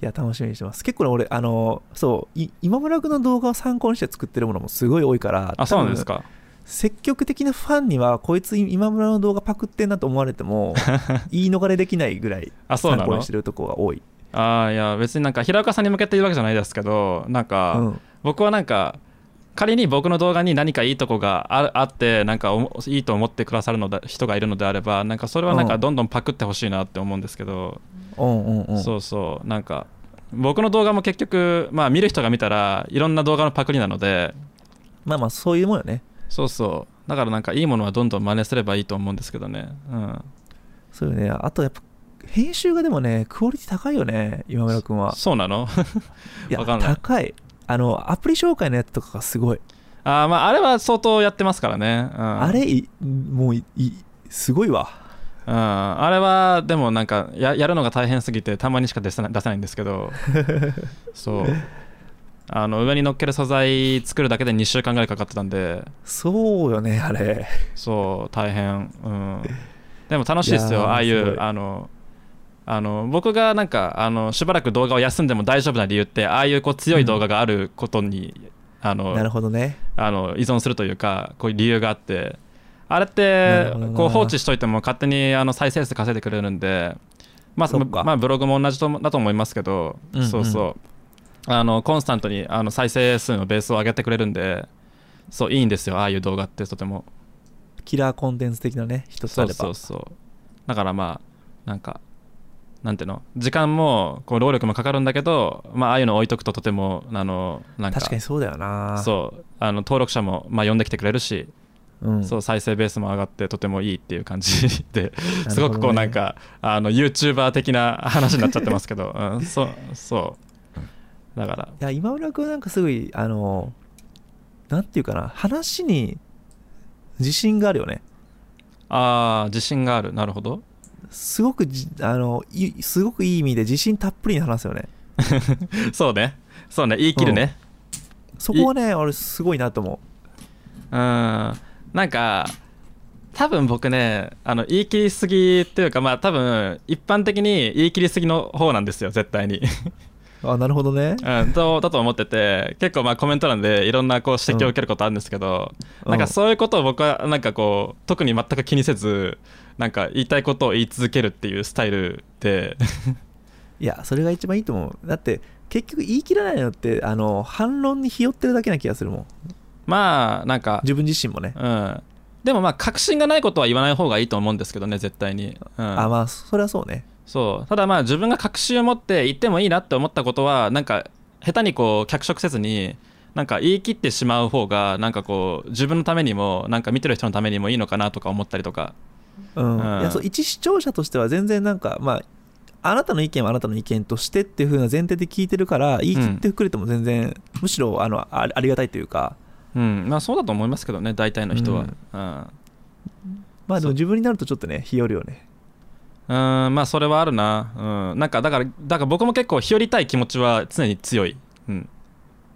B: いや楽しみにしてます結構ね俺あのそうい今村君の動画を参考にして作ってるものもすごい多いから
A: あそうなんですか
B: 積極的なファンにはこいつ今村
A: [LAUGHS]
B: の動画パクってんなと思われても言い逃れできないぐらい
A: あそう
B: 参
A: な
B: 考
A: の
B: にしてるとこが多い
A: ああいや別になんか平岡さんに向けて言うわけじゃないですけどなんか、
B: うん
A: 僕はなんか仮に僕の動画に何かいいとこがああってなんかおもいいと思ってくださるのだ人がいるのであればなんかそれはなん
B: う
A: か
B: ん
A: どんどんパクってほしいなって思うんですけど、
B: うんうんうん
A: そうそうなんか僕の動画も結局まあ見る人が見たらいろんな動画のパクリなので
B: まあまあそういうもんよね
A: そうそうだからなんかいいものはどんどん真似すればいいと思うんですけどねうん
B: そうよねあとやっぱ編集がでもねクオリティ高いよね今村君は
A: そうなの [LAUGHS]
B: いや
A: わかんない
B: 高いあのアプリ紹介のやつとかがすごい、
A: あーまああれは相当やってますからね、うん、
B: あれいもういいすごいわ
A: うん、あれはでもなんかややるのが大変すぎてたまにしか出せない出せないんですけ
B: [LAUGHS]
A: どそうあの上に乗っける素材作るだけで2週間ぐらいかかってたんで
B: そうよねあれ
A: そう大変、うん、でも楽しいです
B: いや
A: よ
B: ー
A: ああい
B: すごいう
A: あのあの僕がなんかあのしばらく動画を休んでも大丈夫な理由ってああいうこう強い動画があることに、あの
B: なるほどね
A: あの依存するというかこういう理由があってあれっ
B: なる
A: て
B: ほどな
A: こう放置しといても勝手にあの再生数稼いでくれるんで、ま
B: そ
A: あ
B: っか
A: まあ、ブログも同じともだと思いますけど、
B: うんうん
A: そうそうあのコンスタントにあの再生数のベースを上げてくれるんでそういいんですよああいう動画ってとても
B: キラーコンテンツ的なね一つ
A: そ
B: あ
A: う
B: れば
A: そうそうだからまあなんかなんていうの時間もこう労力もかかるんだけど、まあああいうの置いとくととてもあのなんか
B: 確かにそうだよな
A: そうあの登録者もまあ呼んできてくれるし
B: う,、ん、
A: そう再生ベースも上がってとてもいいっていう感じ
B: [LAUGHS]
A: で、
B: ほどね
A: すごくこうなんかあの YouTuber 的な話になっちゃってますけど、うん、そうそうだから
B: いや今村君なんかすごいあのなんていうかな話に自信があるよね
A: ああ自信があるなるほど [LAUGHS]
B: すごくじあのいすごくいい意味で自信たっぷりに話すよね
A: そうねそうね言い切るね
B: そこはね俺すごいなと思
A: うんなんか多分僕ねあの言い切りすぎっていうかまあ多分一般的に言い切りすぎの方なんですよ絶対
B: [LAUGHS]
A: に
B: うあなるほどね
A: うん、とだと思ってて結構まあコメント欄でいろんなこう指摘を受けることあるんですけど、
B: うん
A: なんかそういうことを僕はなんかこう特に全く気にせずなんか言いたいことを言い続けるっていうスタイル
B: [LAUGHS]
A: で
B: いやそれが一番いいと思うだって結局言い切らないのってあの反論にひよってるだけな気がするもん
A: まあなんか、
B: 自分自身もね、
A: うん、でもまあ確信がないことは言わない方がいいと思うんですけどね絶対に、うん、
B: あまあそれはそうね
A: そうただまあ自分が確信を持って言ってもいいなって思ったことはなんか下手にこう脚色せずになんか言い切ってしまう方がなんかこう自分のためにもなんか見てる人のためにもいいのかなとか思ったりとか
B: うん、
A: うん
B: いやそう一視聴者としては全然なんかまああなたの意見はあなたの意見としてっていう風な前提で聞いてるから言い切ってくれても全然、むしろあのあありがたいというか
A: うん、まあそうだと思いますけどね、大体の人は。
B: うん
A: う
B: まあでも自分になるとちょっとね日和るよね
A: ん、うんまあそれはあるな。うん、なんかだから、だから僕も結構、日和りたい気持ちは常に強い。うん、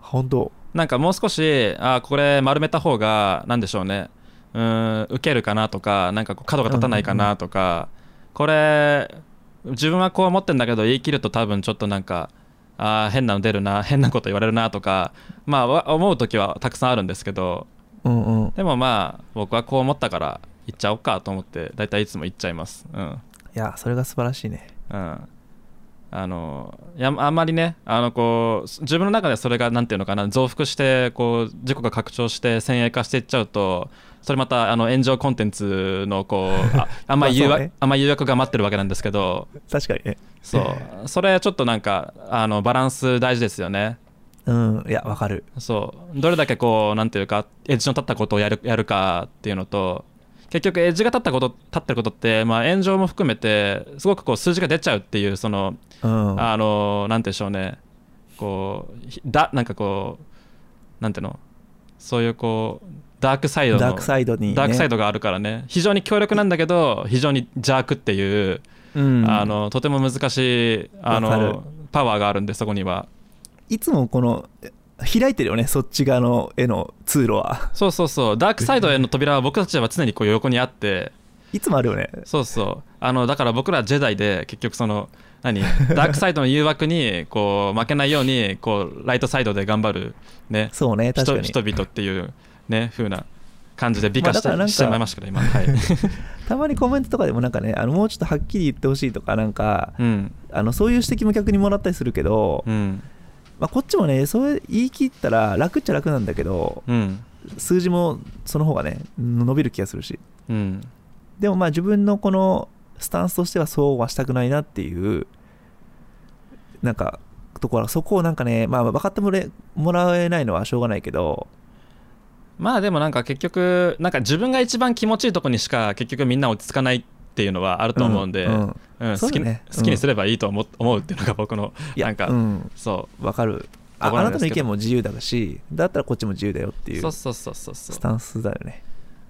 B: 本当
A: なんかもう少し、あーこれ丸めた方が、なんでしょうね、うん、受けるかなとか、なんかこう角が立たないかなとか、これ、自分はこう思ってんだけど、言い切ると多分ちょっとなんか、あー変なの出るな、変なこと言われるなとか、まあわ思う時はたくさんあるんですけど、
B: うんうんい
A: でもまあ僕はこう思ったから行っちゃおうかと思って大体いつも行っちゃいますうん
B: やそれが素晴らしいね
A: うんあのいやあんまりねあのこう自分の中でそれがなんていうのかな増幅してこう自己が拡張して先鋭化していっちゃうとそれまたあの炎上コンテンツのこ
B: [LAUGHS]
A: うああんまり誘
B: まあ
A: 惑、
B: そうね
A: あんまり誘惑が待ってるわけなんですけど
B: 確かにね
A: そうそれちょっとなんかあのバランス大事ですよね
B: うんいやわかる
A: そうどれだけこうなんていうかエッジの立ったことをやるやるかっていうのと結局エッジが立ったこと立ってることって、まあ、炎上も含めてすごくこう数字が出ちゃうっていうその、
B: うん
A: あのなんて言うんでしょうねこうひだなんかこうなんていうのそういうこうダークサイドの
B: ダークサイドにね、
A: ダークサイドがあるからね非常に強力なんだけど非常に邪悪っていう、
B: うん
A: あのとても難しいあ
B: わかる
A: のパワーがあるんでそこにはい
B: つもこのえ開いてるよねそっち側の絵の通路は
A: そうそうそうダークサイドへの扉は僕たちは常にこう横にあって
B: いつもあるよね
A: そうそうあのだから僕らジェダイで結局その
B: [LAUGHS]
A: 何ダークサイドの誘惑にこう負けないようにこうライトサイドで頑張るね
B: そうね確か
A: 人
B: に
A: 人々っていうね風な感じで美化して,、
B: まあだからなんか
A: してまいましたけど
B: [LAUGHS]
A: 今はい、
B: たまにコメントとかでもなんかねあのもうちょっとはっきり言ってほしいとかなんか
A: うん、
B: あのそういう指摘も逆にもらったりするけど、
A: うん
B: まあ、こっちもねそれ言い切ったら楽っちゃ楽なんだけど
A: うん
B: 数字もその方がね伸びる気がするし
A: うん
B: でもまあ自分のこのスタンスとしてはそうはしたくないなっていうなんかところそこをなんかね、まあ、分かってもらえもらえないのはしょうがないけど
A: まあでもなんか結局なんか自分が一番気持ちいいとこにしか結局みんな落ち着かないっていうのはあると思うんで、
B: う
A: うんん
B: うんそ
A: 好
B: うだ
A: き
B: ねうん
A: 好きにすればいいと思思うっていうのが僕の
B: いや
A: なんか
B: うん、
A: そ
B: 分かるあ
A: わか
B: あ
A: る
B: なんた
A: で
B: の
A: すけど
B: 意見も自由だしだったらこっちも自由だよって
A: う
B: いう
A: そうそうそうそうそう
B: スタンスだよね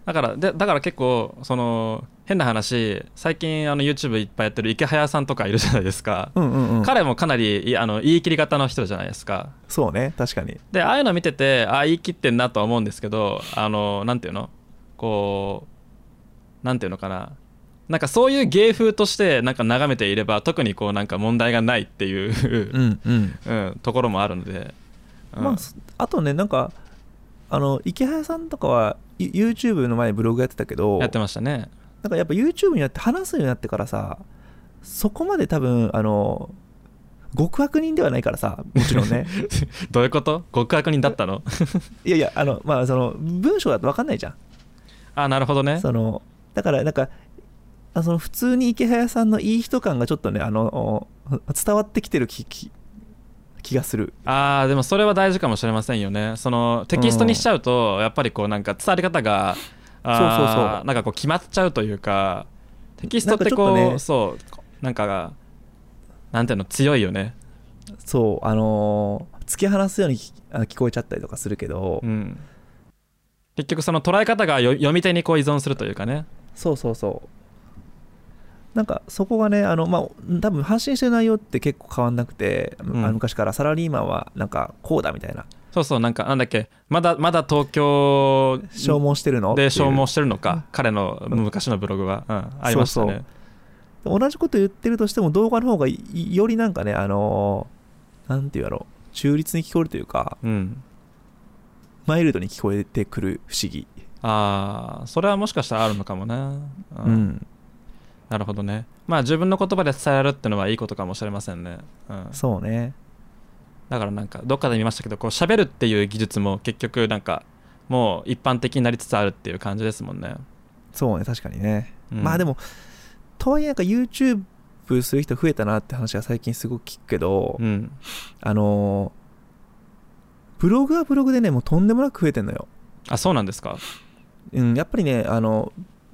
A: だからでだから結構その変な話最近あの YouTube いっぱいやってる池早さんとかいるじゃないですか、
B: うんうんうん
A: 彼もかなりいあの言い切り型の人じゃないですか
B: そうね確かに
A: でああいうの見ててああ言い切ってんなとは思うんですけどあのなんていうのこうなんていうのかななんかそういう芸風としてなんか眺めていれば特にこうなんか問題がないっていう
B: う、んうん
A: [LAUGHS] うん、ところもあるので、うん
B: まあ、そあとねなんかあの池早さんとかは You- YouTube の前にブログやってたけど
A: やってましたね
B: なんかやっぱ YouTube になって話すようになってからさそこまで多分あの極悪人ではないからさもちろん
A: [LAUGHS]
B: ね
A: どういうこと極悪人だったの [LAUGHS]
B: いやいやあのまあその文章だと分かんないじゃ
A: あなるほどね
B: んそのだからなんかあその普通に池早さんのいい人感がちょっとねあの伝わってきてる気気気がする
A: あーでもそれは大事かもしれませんよねそのテキストにしちゃうと、やっぱりこうなんか伝わり方が
B: そうそうそう
A: あーなんかこう決まっちゃうというかテキストって
B: な
A: こ
B: ん
A: う
B: かちょっとね
A: そうなんかなんていうの強いよね
B: そうあの突き放すように聞あ聞こえちゃったりとかするけど、
A: うん結局その捉え方がよ読み手にこう依存するというかね
B: そうそうそうなんかそこがねあのまあ多分発信してる内容って結構変わんなくて、
A: ん
B: あの昔からサラリーマンはなんかこうだみたいな
A: そうそうなんかなんだっけまだまだ東京
B: 消耗してるの
A: で消耗
B: し
A: してるのか彼の
B: うん
A: 昔のブログは、うん、ありましたね
B: そう同じこと言ってるとしても動画の方がいよりなんかねあのーなんていうやろう中立に聞こえるというか
A: うん
B: マイルドに聞こえてくる不思議
A: ああそれはもしかしたらあるのかもね、
B: うん、
A: なるほどね。まあ自分の言葉で伝えるってのはいいことかもしれませんね。うん、
B: そうね
A: だからなんかどっかで見ましたけどこう喋るっていう技術も結局なんかもう一般的になりつつあるっていう感じですもんね。
B: そうね確かにね、
A: うん
B: まあでもとはいえなんか YouTube する人増えたなって話が最近すごく聞くけど、
A: うん、
B: あのーブログはブログでね、もうとんでもなく増えてんのよ。
A: あそうなんですか。
B: うん、やっぱりね、あの、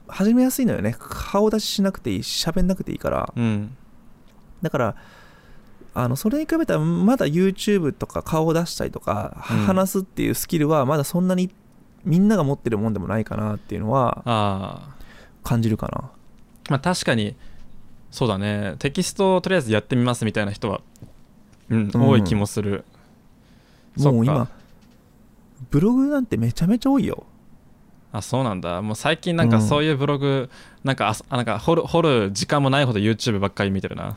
B: 始めやすいのよね。顔出ししなくていいし、喋んなくていいから。
A: うん、
B: だから、あの、それに比べたら、まだ YouTube とか顔を出したりとか、
A: うん
B: 話すっていうスキルは、まだそんなに、みんなが持ってるもんでもないかなっていうのは
A: ああ
B: 感じるかな。
A: まあ確かにそうだねテキストをとりあえずやってみますみたいな人は、うん、
B: うん
A: 多い気もする。そっか
B: もう今、ブログなんてめちゃめちゃ多いよ。
A: あそうなんだもう最近なんかそういうブログ、なんかあそあなんか掘る掘る時間もないほど YouTube ばっかり見てる [LAUGHS] な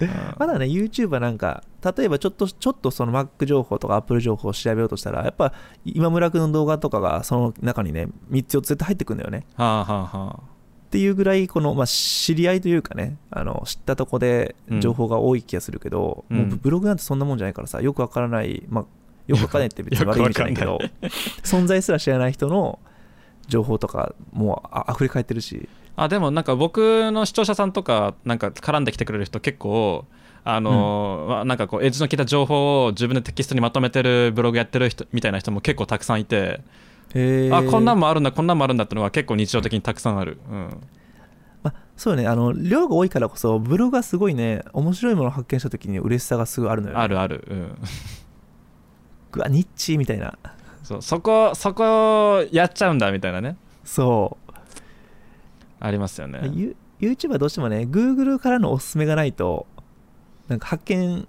A: うん
B: まだね、YouTube はなんか、例えばちょっと、ちょっとその Mac 情報とか Apple 情報を調べようとしたら、やっぱ今村君の動画とかがその中にね、3つ4つ絶対入ってくるんだよね。
A: はあはあはあ
B: っていうぐらい、この、まあ、知り合いというかね、あの、知ったとこで情報が多い気がするけど、
A: うん
B: もう
A: う
B: ブ
A: ん
B: ブログなんてそんなもんじゃないからさ、よくわからない、まあ、よくわからないって別に
A: よく
B: 悪い意味じゃないけ
A: よ
B: ど
A: くわ、
B: [LAUGHS] 存在すら知らない人の情報とか、もうあ溢れ返ってるし、
A: あでもなんか僕の視聴者さんとかなんか絡んできてくれる人結構あのーまあなんかこうエッジの効いた情報を自分でテキストにまとめてるブログやってる人みたいな人も結構たくさんいて、あこんなん
B: も。
A: もあるんだこんなんもあるんだってのが結構日常的にたくさんある、うん、
B: まあ、そうよね、あの、量が多いからこそ、ブログがすごいね、面白いものを発見したときに嬉しさがすごいあるのよ、ね。
A: あるある、 [LAUGHS] うん、
B: うわニッチみたいな
A: そうそこそこやっちゃうんだみたいなね
B: そう、
A: ありますよね、
B: ユ YouTube はどうしてもね Google からのおすすめがないとなんか発見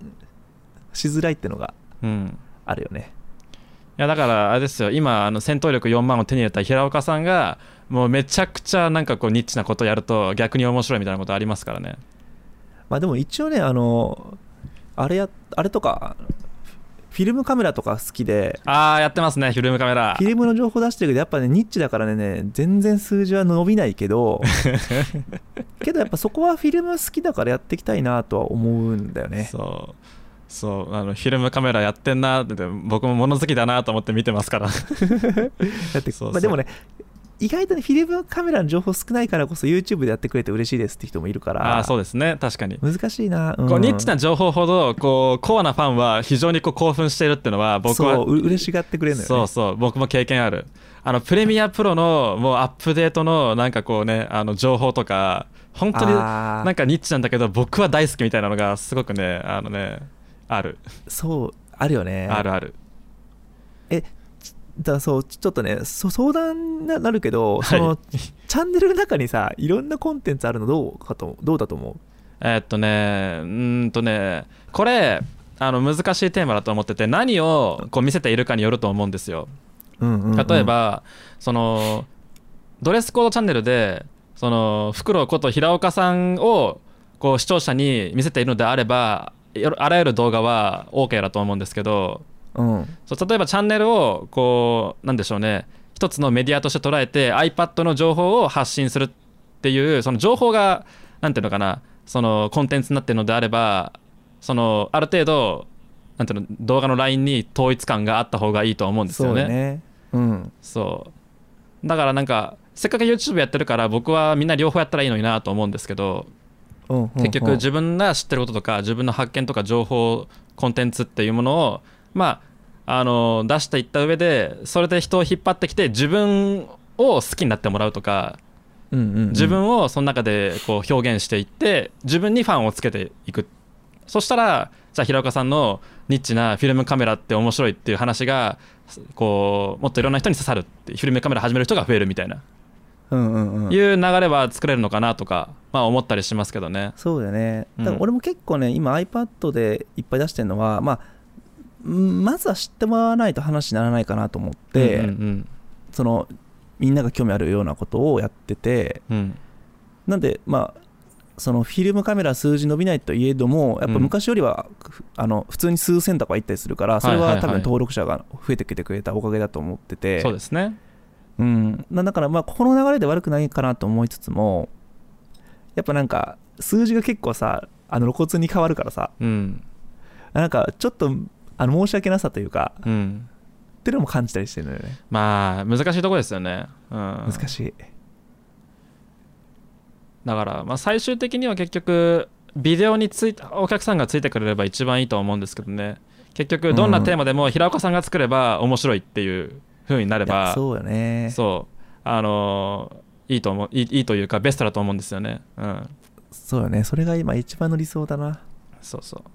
B: しづらいってのが
A: うん、
B: あるよね
A: いやだからあれですよ今あの戦闘力4万を手に入れた平岡さんがもうめちゃくちゃなんかこうニッチなことやると逆に面白いみたいなことありますからね
B: まあでも一応ねあのあれやあれとかフィルムカメラとか好きで
A: ああやってますねフィルムカメラ
B: フィルムの
A: [LAUGHS]
B: 情報出してるけどやっぱねニッチだからね全然数字は伸びないけどけどやっぱそこはフィルム好きだからやっていきたいなとは思うんだよ
A: [LAUGHS]
B: ね
A: そうそうあのフィルムカメラやってんなって僕も物好きだなと思って見てます
B: [LAUGHS]
A: から
B: だって
A: そうそう
B: まあ、でもね意外とねフィルムカメラの情報少ないからこそ YouTube でやってくれて嬉しいですって人もいるから
A: ああそうですね確かに
B: 難しいな、うん
A: こうニッチな情報ほどこうコアなファンは非常にこう興奮しているっていうのは僕は
B: そうう嬉しがってくれるのよ、ね、
A: そうそう僕も経験あるあのプレミアプロのもうアップデートのなんかこうねあの情報とか本当に
B: あ
A: な
B: ー
A: んかニッチなんだけど僕は大好きみたいなのがすごくねあのねある、
B: そうあるよね
A: あるある
B: だからそうちちょっとねそ相談にななるけ
A: は
B: ど、
A: い
B: そのチャンネルの中にさいろんなコンテンツあるのどうかとどうだと思う
A: えーっとねうーんとねこれあの難しいテーマだと思ってて何をこう見せているかによると思うんですよ
B: うんうんうん、
A: 例えば、そのドレスコードチャンネルでそのフクロウこと平岡さんをこう視聴者に見せているのであればよあらゆる動画は OK だと思うんですけど
B: うん、
A: そう例えばチャンネルをこうなんでしょうね一つのメディアとして捉えて iPad の情報を発信するっていうその情報がなんていうのかなそのコンテンツになってるのであればそのある程度なんていうの動画のラインに統一感があった方がいいと思うんです
B: そ
A: よ
B: う
A: ね
B: だ。ねうん
A: そうだからなんかせっかく YouTube やってるから僕はみんな両方やったらいいのになと思うんですけど
B: うんうんうん
A: 結局自分が知ってることとか自分の発見とか情報コンテンツっていうものをまああの出していった上でそれで人を引っ張ってきて自分を好きになってもらうとか
B: うんうんうん
A: 自分をその中でこう表現していって自分にファンをつけていくそしたらじゃあ平岡さんのニッチなフィルムカメラって面白いっていう話がこうもっといろんな人に刺さるってフィルムカメラ始める人が増えるみたいな、
B: うんうんうん
A: いう流れは作れるのかなとか、まあ、思ったりしますけどね
B: そうだね
A: うん
B: だから俺も結構ね今 iPad でいっぱい出してるのはまあうんまずは知ってもらわないと話にならないかなと思って、
A: うんうん
B: そのみんなが興味あるようなことをやってて
A: うんうん
B: なんでまあそのフィルムカメラ数字伸びないといえどもやっぱ昔よりは、ふあの普通に数選択はいったりするからそれ
A: はい
B: は
A: はい
B: 多
A: はい
B: 分登録者が増えてきてくれたおかげだと思ってて、
A: そうですね
B: うん、なだからまあここの流れで悪くないかなと思いつつもやっぱなんか数字が結構さあの露骨に変わるからさ
A: うん
B: なんかちょっとあの申し訳なさというかっ
A: うん
B: ていうのも感じたりしてるのよね
A: まあ難しいとこですよね、うん、難
B: 難しい
A: だから、まあ、最終的には結局ビデオについてお客さんがついてくれれば一番いいと思うんですけどね結局どんなテーマでも平岡さんが作れば面白いっていう風になれ
B: いや
A: ば、
B: そうよねそ
A: そうあのーいいと思ういいいいというかベストだと思うんですよねうん
B: うよねそれが今一番の理想だな
A: そうそうっ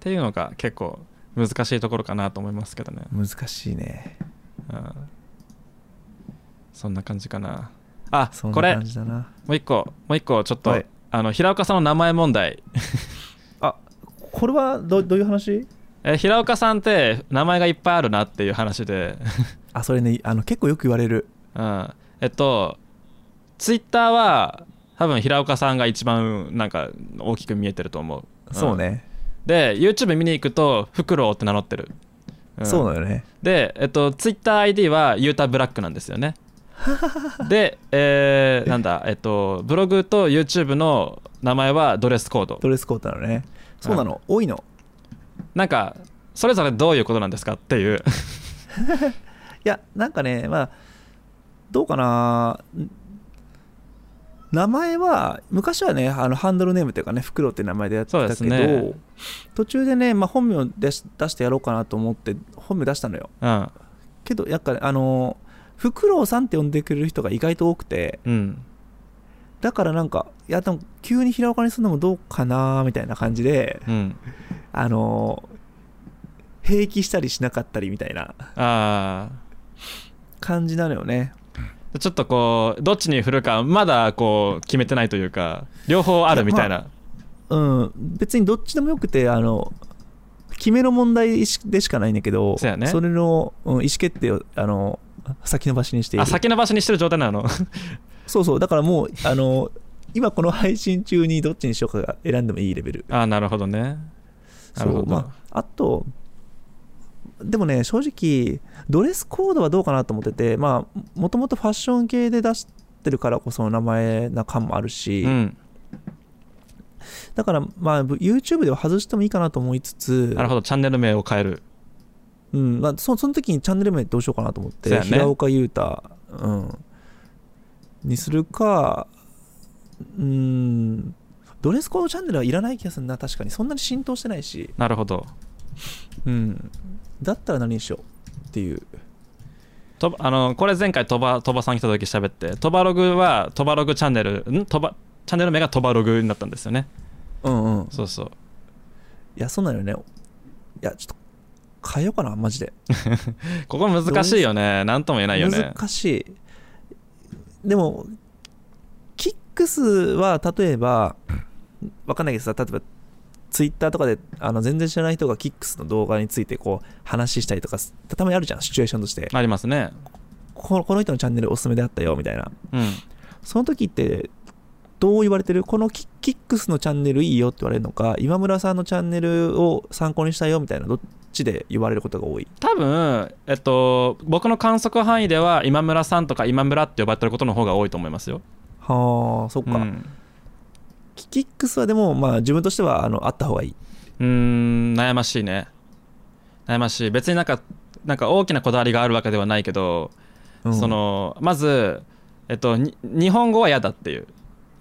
A: ていうのが結構難しいところかなと思いますけどね、
B: 難しいね
A: うん、そんな感じかなあ
B: そん
A: こ
B: な
A: れ
B: 感じだな
A: もう一個もう一個ちょっと、
B: はい
A: あの平岡さんの名前問題
B: あこれはどどういう話
A: え平岡さんって名前がいっぱいあるなっていう話で、 [LAUGHS]
B: あそれねあの結構よく言われる
A: うん、えっとツイッターは多分平岡さんが一番なんか大きく見えてると思う、ん
B: そうね、
A: で YouTube 見に行くとフクロウって名乗ってる、ん
B: そうだよね
A: で、えっと、TwitterID はユータブラックなんですよ
B: [LAUGHS]
A: ねで、えーなんだえっとブログと YouTube の名前はドレスコード
B: ドレスコードなのねそうなの、多いの
A: なんかそれぞれどういうことなんですかっていう [LAUGHS]
B: いや、なんかね、まあ、どうかな、ん名前は、昔はね、あのハンドルネームというかね、フクロウって名前でやって
A: そう
B: た
A: です
B: けど、
A: ね
B: 途中でね、まあ、本名を出し出してやろうかなと思って、本名出したのよ。
A: うん
B: けど、やっぱね、あの、フクロウさんって呼んでくれる人が意外と多くて、
A: うん
B: だからなんか、いや、でも、急に平岡にするのもどうかな、みたいな感じで、
A: うん
B: あの、平気したりしなかったりみたいな
A: ああ
B: 感じなのよね。
A: ちょっとこうどっちに振るかまだこう決めてないというか両方あるみたいな、
B: うん、別にどっちでもよくてあの決めの問題意識でしかないんだけど
A: そうやね
B: れの、うん、意思決定をあの先延ばしにしてい
A: あ
B: る
A: 先延ばしにしてる状態なの [LAUGHS]
B: そうそうだからもうあの今この配信中にどっちにしようかが選んでもいいレベル
A: あなるほどねな
B: そ
A: るほど
B: うまああとでもね正直ドレスコードはどうかなと思っててまあもともとファッション系で出してるからこその名前な感もあるし、
A: うん
B: だから、まあ、ぶ YouTube では外してもいいかなと思いつつ、
A: なるほど、チャンネル名を変える。
B: うんまあ、そその時にチャンネル名どうしようかなと思って、
A: そうやね
B: 平岡裕太、うん、にするか、うん、ドレスコードチャンネルはいらない気がするな、確かに。そんなに浸透してないし、
A: なるほど。
B: うん、だったら何にしようっていう。
A: とあのこれ前回、鳥羽鳥羽さん来た時喋って、鳥羽ログは鳥羽ログチャンネル、ん鳥羽チャンネル名が鳥羽ログになったんですよね。
B: うんうん。い
A: そうそう。
B: や、そうなのよね。いや、ちょっと変えようかな、マジで。
A: ここ難しいよね。なんとも言えないよね。
B: 難しいでもキックスは例えばわかんないけどさ例えばツイッターとかであの全然知らない人がキックスの動画についてこう話したりとかすたまにあるじゃんシチュエーションとして
A: ありますね。
B: このこの人のチャンネルおすすめであったよみたいな
A: うん。
B: その時ってどう言われてるこのキキックスのチャンネルいいよって言われるのか今村さんのチャンネルを参考にしたよみたいなどっちで言われることが多い
A: 多分、えっと、僕の観測範囲では今村さんとか今村って呼ばれてることの方が多いと思いますよ。
B: はあそっ
A: う
B: か、
A: ん、
B: キキックスはでもまあ自分としてはあのあった方がいいう
A: ーん悩ましいね。悩ましい。別になんかなんか大きなこだわりがあるわけではないけど、
B: うん
A: そのまず、えっと、に日本語は嫌だっていう。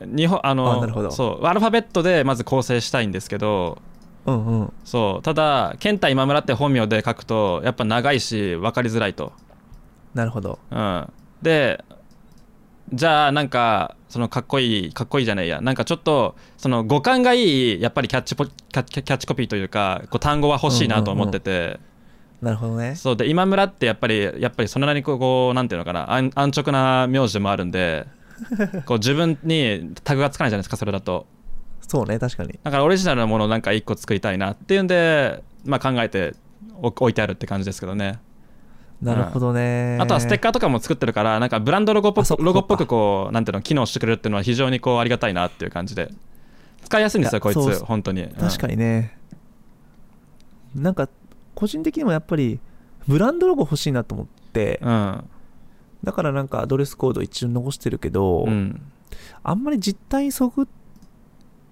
A: 日本あの
B: あなるほど
A: そうアルファベットでまず構成したいんですけど
B: うんうん
A: そうただ健太今村って本名で書くとやっぱ長いし分かりづらいと、
B: なるほど
A: うん、でじゃあなんかそのかっこいいかっこいいじゃないやなんかちょっとその語感がいいやっぱりキャッチポキャキャキャッチコピーというかこう単語は欲しいなと思ってて、
B: なるほどね
A: そうで今村ってやっぱりやっぱりそれなりにこうこうなんていうのかな安安直な名字でもあるんでこう自分にタグがつかないじゃないですかそれだと
B: そうね確かに
A: だからオリジナルのものをなんか一個作りたいなっていうんで、まあ、考えてお置いてあるって感じですけどね
B: なるほどね
A: あとはステッカーとかも作ってるからなんかブランドロゴっぽ
B: あそっ
A: く
B: か
A: ロゴっぽくこうなんていうの機能してくれるっていうのは非常にこうありがたいなっていう感じで使いやすいんです
B: いや
A: よこい
B: そう
A: つ
B: そう
A: 本当に
B: 確か
A: に、
B: にねなんか個人的にもやっぱりブランドロゴ欲しいなと思って
A: うんうん
B: だからなんかアドレスコード一応残してるけど、
A: うん
B: あんまり実態にそぐ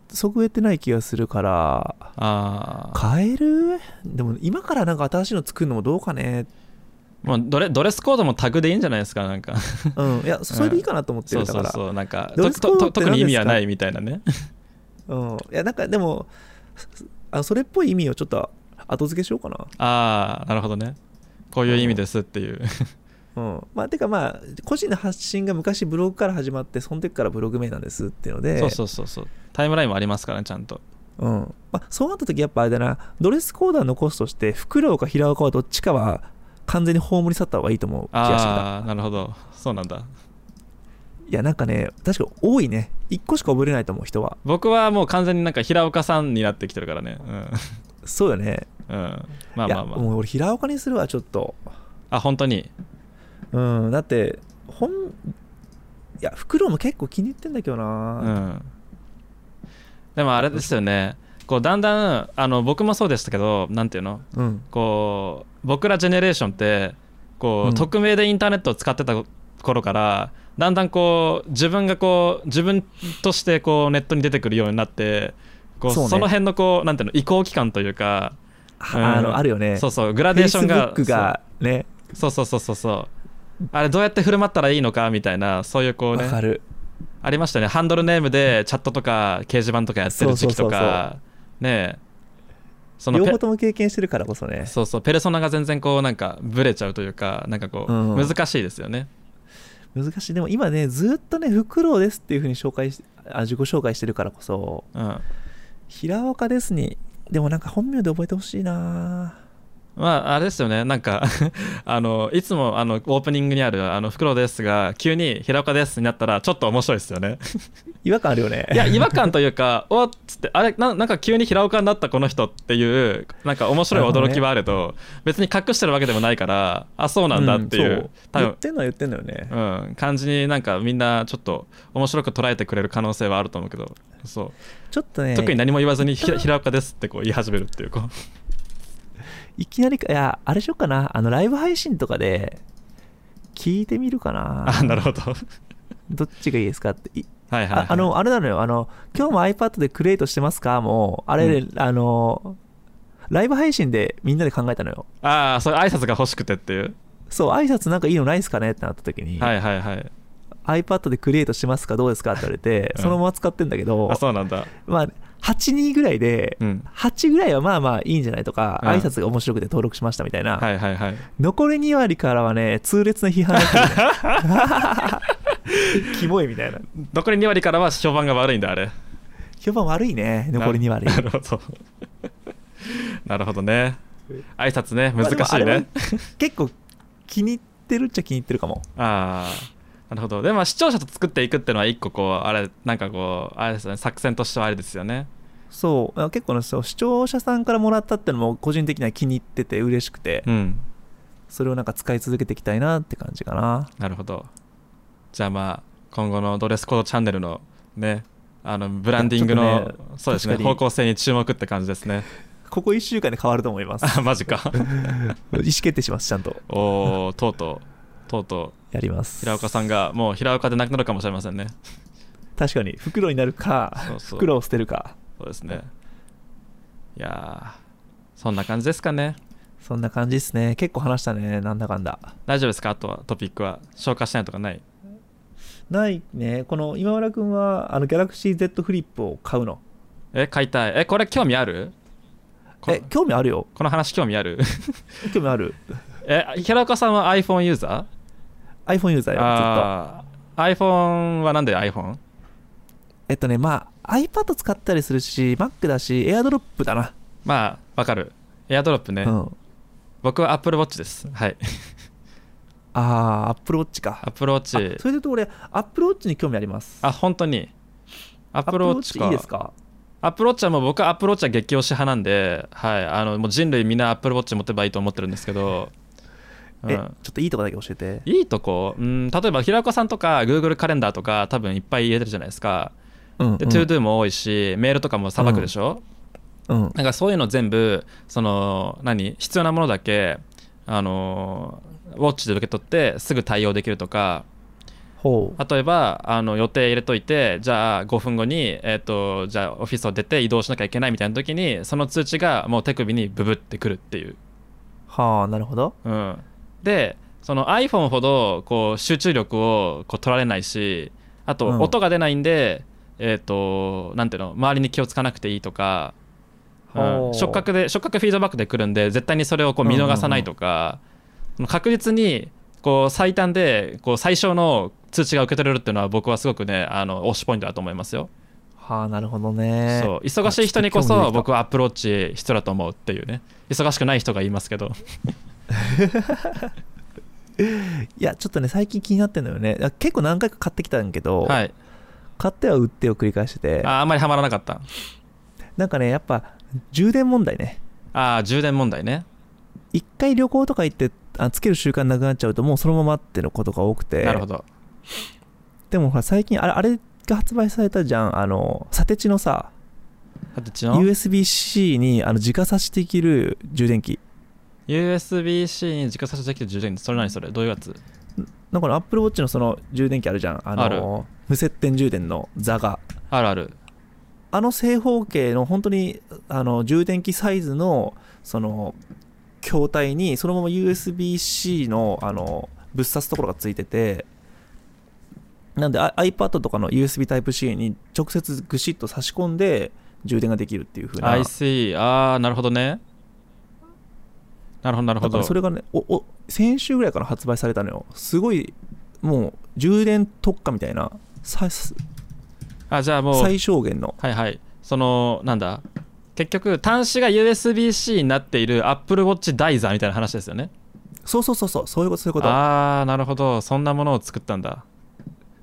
B: そぐえてない気がするから
A: ああ
B: 変えるでも今からなんか新しいの作るのもどうかね
A: もうドレドレスコードもタグでいいんじゃないですかなんか
B: うんいやそれでいいかなと思って
A: そ
B: る、
A: う
B: だ
A: そ
B: か
A: う
B: ら
A: そうなんか
B: ド
A: と
B: レスコード
A: と
B: って
A: 特に意味は
B: 何ですか
A: ないみたいなね
B: うん、いやなんかでもあのそれっぽい意味をちょっと後付けしようかな
A: ああなるほどねこういう意味ですっていう
B: うんまあてかまあ個人の発信が昔ブログから始まってその時からブログ名なんですっていうので
A: そうそうそうそうタイムラインもありますからねちゃんと
B: うんまあ、そうなった時やっぱあれだなドレスコードは残すとしてフクロウか平岡はどっちかは完全に葬り去った方がいいと思う気がしてきた
A: ああなるほどそうなんだ
B: いやなんかね確か多いね1個しか覚えれないと思う人は
A: 僕はもう完全になんか平岡さんになってきてるからね
B: そうよね
A: うん、うん、まあま
B: いや
A: あま
B: もう俺平岡にするわちょっと
A: ああ本当に
B: うんだって本いやフクロウも結構気に入ってんだけど
A: う
B: な、
A: んでもあれですよねこうだんだんあの僕もそうでしたけどなんていうの
B: うん、
A: こう僕らジェネレーションってこう、
B: うん
A: 匿名でインターネットを使ってた頃からだんだんこう自分がこう自分としてこうネットに出てくるようになってこう
B: そ
A: そう
B: ね
A: の辺のこうなんていうの移行期間というか、
B: あ
A: うん
B: あのあるよね
A: そうそうグラデーションが
B: Facebook がね
A: そうそうそうそうそうあれどうやって振る舞ったらいいのかみたいなそういうこう
B: わ
A: ね
B: かる
A: ありましたねハンドルネームでチャットとか掲示板とかやってる時期とか
B: そうそうそう
A: ねえそ
B: 両
A: ペ
B: 方とも経験してるからこそね
A: そうそうペルソナが全然こうなんかブレちゃうというかなんかこう、
B: うん
A: 難しいですよね
B: 難しいでも今ねずっとねフクロウですっていう風に紹介しあ自己紹介してるからこそ
A: うん
B: 平岡ですにでもなんか本名で覚えてほしいな
A: まああれですよねなんか [LAUGHS] あのいつもあのオープニングにある「あの袋です」が急に「平岡です」になったらちょっと面白いですよ
B: [LAUGHS]
A: ね
B: 違和感あるよね
A: いや違和感というか「おっ」つって「あれななんか急に平岡になったこの人」っていうなんか面白い驚きはあれど、別に隠してるわけでもないからあそうなんだっていう、
B: んそ
A: 多
B: 言っ
A: 分
B: てんのは言ってんのよね、
A: うん、感じになんかみんなちょっと面白く捉えてくれる可能性はあると思うけどそう
B: ちょっとね
A: 特に何も言わずにひら平岡ですってこう言い始めるっていうこう
B: いきなりかいやあれしようかなあのライブ配信とかで聞いてみるかな
A: あなるほど [LAUGHS]
B: どっちがいいですかってい
A: はいはいはい
B: ああの、あれなのよ、あの、今日も iPad でクリエイトしてますかもう、あれ、
A: う
B: あの、ライブ配信でみんなで考えたのよ。
A: ああそれ挨拶が欲しくてっていう
B: そう、挨拶なんかいいのないですかねってなった時に、
A: はいはいはい
B: iPad でクリエイトしてますかどうですかって言われて、
A: うん
B: そのまま使ってんだけど
A: あ、そうなんだ
B: まあ、8人ぐらいで、
A: うん
B: 8ぐらいはまあまあいいんじゃないとか、
A: うん
B: 挨拶が面白くて登録しましたみたいな、
A: はいはいはい
B: 残り2割からはね、痛烈な批判
A: [LAUGHS]
B: が来る。キモいみたいな。
A: 残り2割からは評判が悪いんだあれ
B: 評判悪いね、 [LAUGHS] 残り2割。
A: な [LAUGHS] なるほどなるほどね挨拶ね難しい
B: まあで
A: ね
B: もあれは [LAUGHS] 結構気に入ってるっちゃ気に入ってるかも。
A: ああなるほどでもまあ視聴者と作っていくっていうのは一個こうあれなんかこうあれですね作戦としてはあれですよね
B: そう、あ結構ねそう視聴者さんからもらったってのも個人的には気に入ってて嬉しくて、
A: うん
B: それをなんか使い続けていきたいなって感じかな。
A: なるほどじゃあまあ今後のドレスコードチャンネルのねあのブランディング
B: いやち
A: の、
B: ょっとね
A: そうですね
B: 確かに
A: 方向性に注目って感じです
B: [LAUGHS]
A: ね
B: ここ1週間で変わると思います。
A: あマジか
B: 意思決定します、ちゃんと。
A: おおとうとうとうとう
B: やります。
A: 平岡さんがもう平岡でなくなるかもしれませんね
B: 確かに、袋になるか、
A: そうそう
B: 袋を捨てるか、
A: そうですねいやーそんな感じですかね
B: そんな感じですね。結構話したね、なんだかんだ。
A: 大丈夫ですかあとはトピックは消化しないとかない
B: ないね、この今村君は、あの、ギャラクシー Z フリップを買うの。
A: え買いたいえこれ興味あるこ
B: え、興味あるよ。
A: この話興味ある
B: [LAUGHS] 興味ある。
A: え平岡さんは iPhone ユーザ
B: iPhone ユーザ
A: ー
B: ーよ、ずっと。
A: あー iPhone はなんで iPhone?
B: えっとね、まあ、iPad 使ったりするし、Mac だし、AirDrop だな。
A: まあわかるエアドロップね、
B: うん。
A: 僕は Apple Watch ですはい [LAUGHS]
B: あー、Apple Watch か。
A: Apple
B: あそ
A: Watch
B: れで言うと俺、Apple Watch に興味あります。
A: あ本当に Apple Watch か
B: いいですか
A: Apple Watch はもう僕は Apple Watch は激推し派なんで、はい、あのもう人類みんな Apple Watch 持てばいいと思ってるんですけど、う
B: え、ちょ
A: ん、
B: っといいとこだけ教えて。
A: いいとこ、うん、例えば平岡さんとか Google カレンダーとか多分いっぱい入れてるじゃないですか
B: うん、うん。
A: で ToDo も多いしメールとかもさばくでしょ、
B: うん。
A: なんかそういうの全部その何必要なものだけあのウォッチで受け取ってすぐ対応できるとか
B: ほう。
A: 例えばあの予定入れといてじゃあ5分後に、えっとじゃあオフィスを出て移動しなきゃいけないみたいな時にその通知がもう手首にブブってくるっていう、
B: はあ、なるほど。
A: うん、でその iPhone ほどこう集中力をこう取られないしあと
B: うん
A: 音が出ないんで、えっとなんていうの周りに気をつかなくていいとか、う
B: ほ
A: ん、
B: う
A: 触覚で触覚フィードバックでくるんで絶対にそれをこう見逃さないとか、その確実にこう最短でこう最小の通知が受け取れるっていうのは僕はすごくねあの推しポイントだと思いますよ、
B: はあ、なるほどね。
A: そう忙しい人にこ
B: あちょっ
A: そ
B: と興味出てきた
A: 僕はアプローチ必要だと思うっていうね忙しくない人が言いますけど
B: [LAUGHS] いや、ちょっとね、最近気になってんのよね。いや結構何回か買ってきたんだけど、
A: はい
B: 買っては売ってを繰り返してて、
A: ああんまりハマらなかった
B: なんかね、やっぱ、充電問題ね。
A: ああ充電問題ね
B: 一回旅行とか行って、あつける習慣なくなっちゃうと、もうそのままってのことが多くて、
A: なるほど
B: でもほら、最近あれ、あれが発売されたじゃん、あの、サテチのさ、
A: あとちの
B: USB-C にあの直差しできる充電器。
A: USB-C に軸差しできる充電器それ何それどういうやつ
B: なんかの Apple Watch のその充電器あるじゃん、あの、
A: ある
B: 無接点充電の座が。
A: あるある
B: あの正方形の本当にあの充電器サイズのその筐体にそのまま USB-C のあのぶっ刺すところがついててなんであ iPad とかの USB Type-C に直接ぐしっと差し込んで充電ができるっていう風な
A: I see ああなるほどねなるほどなるほ
B: だか
A: ど
B: らそれがねおお先週ぐらいから発売されたのよすごいもう充電特化みたいなさ
A: あじゃあもう
B: 最小限の
A: はいはいそのなんだ結局端子が USB-C になっている Apple Watch 台座みたいな話ですよね
B: そうそうそうそうそういうことそういうこと
A: ああなるほどそんなものを作ったんだ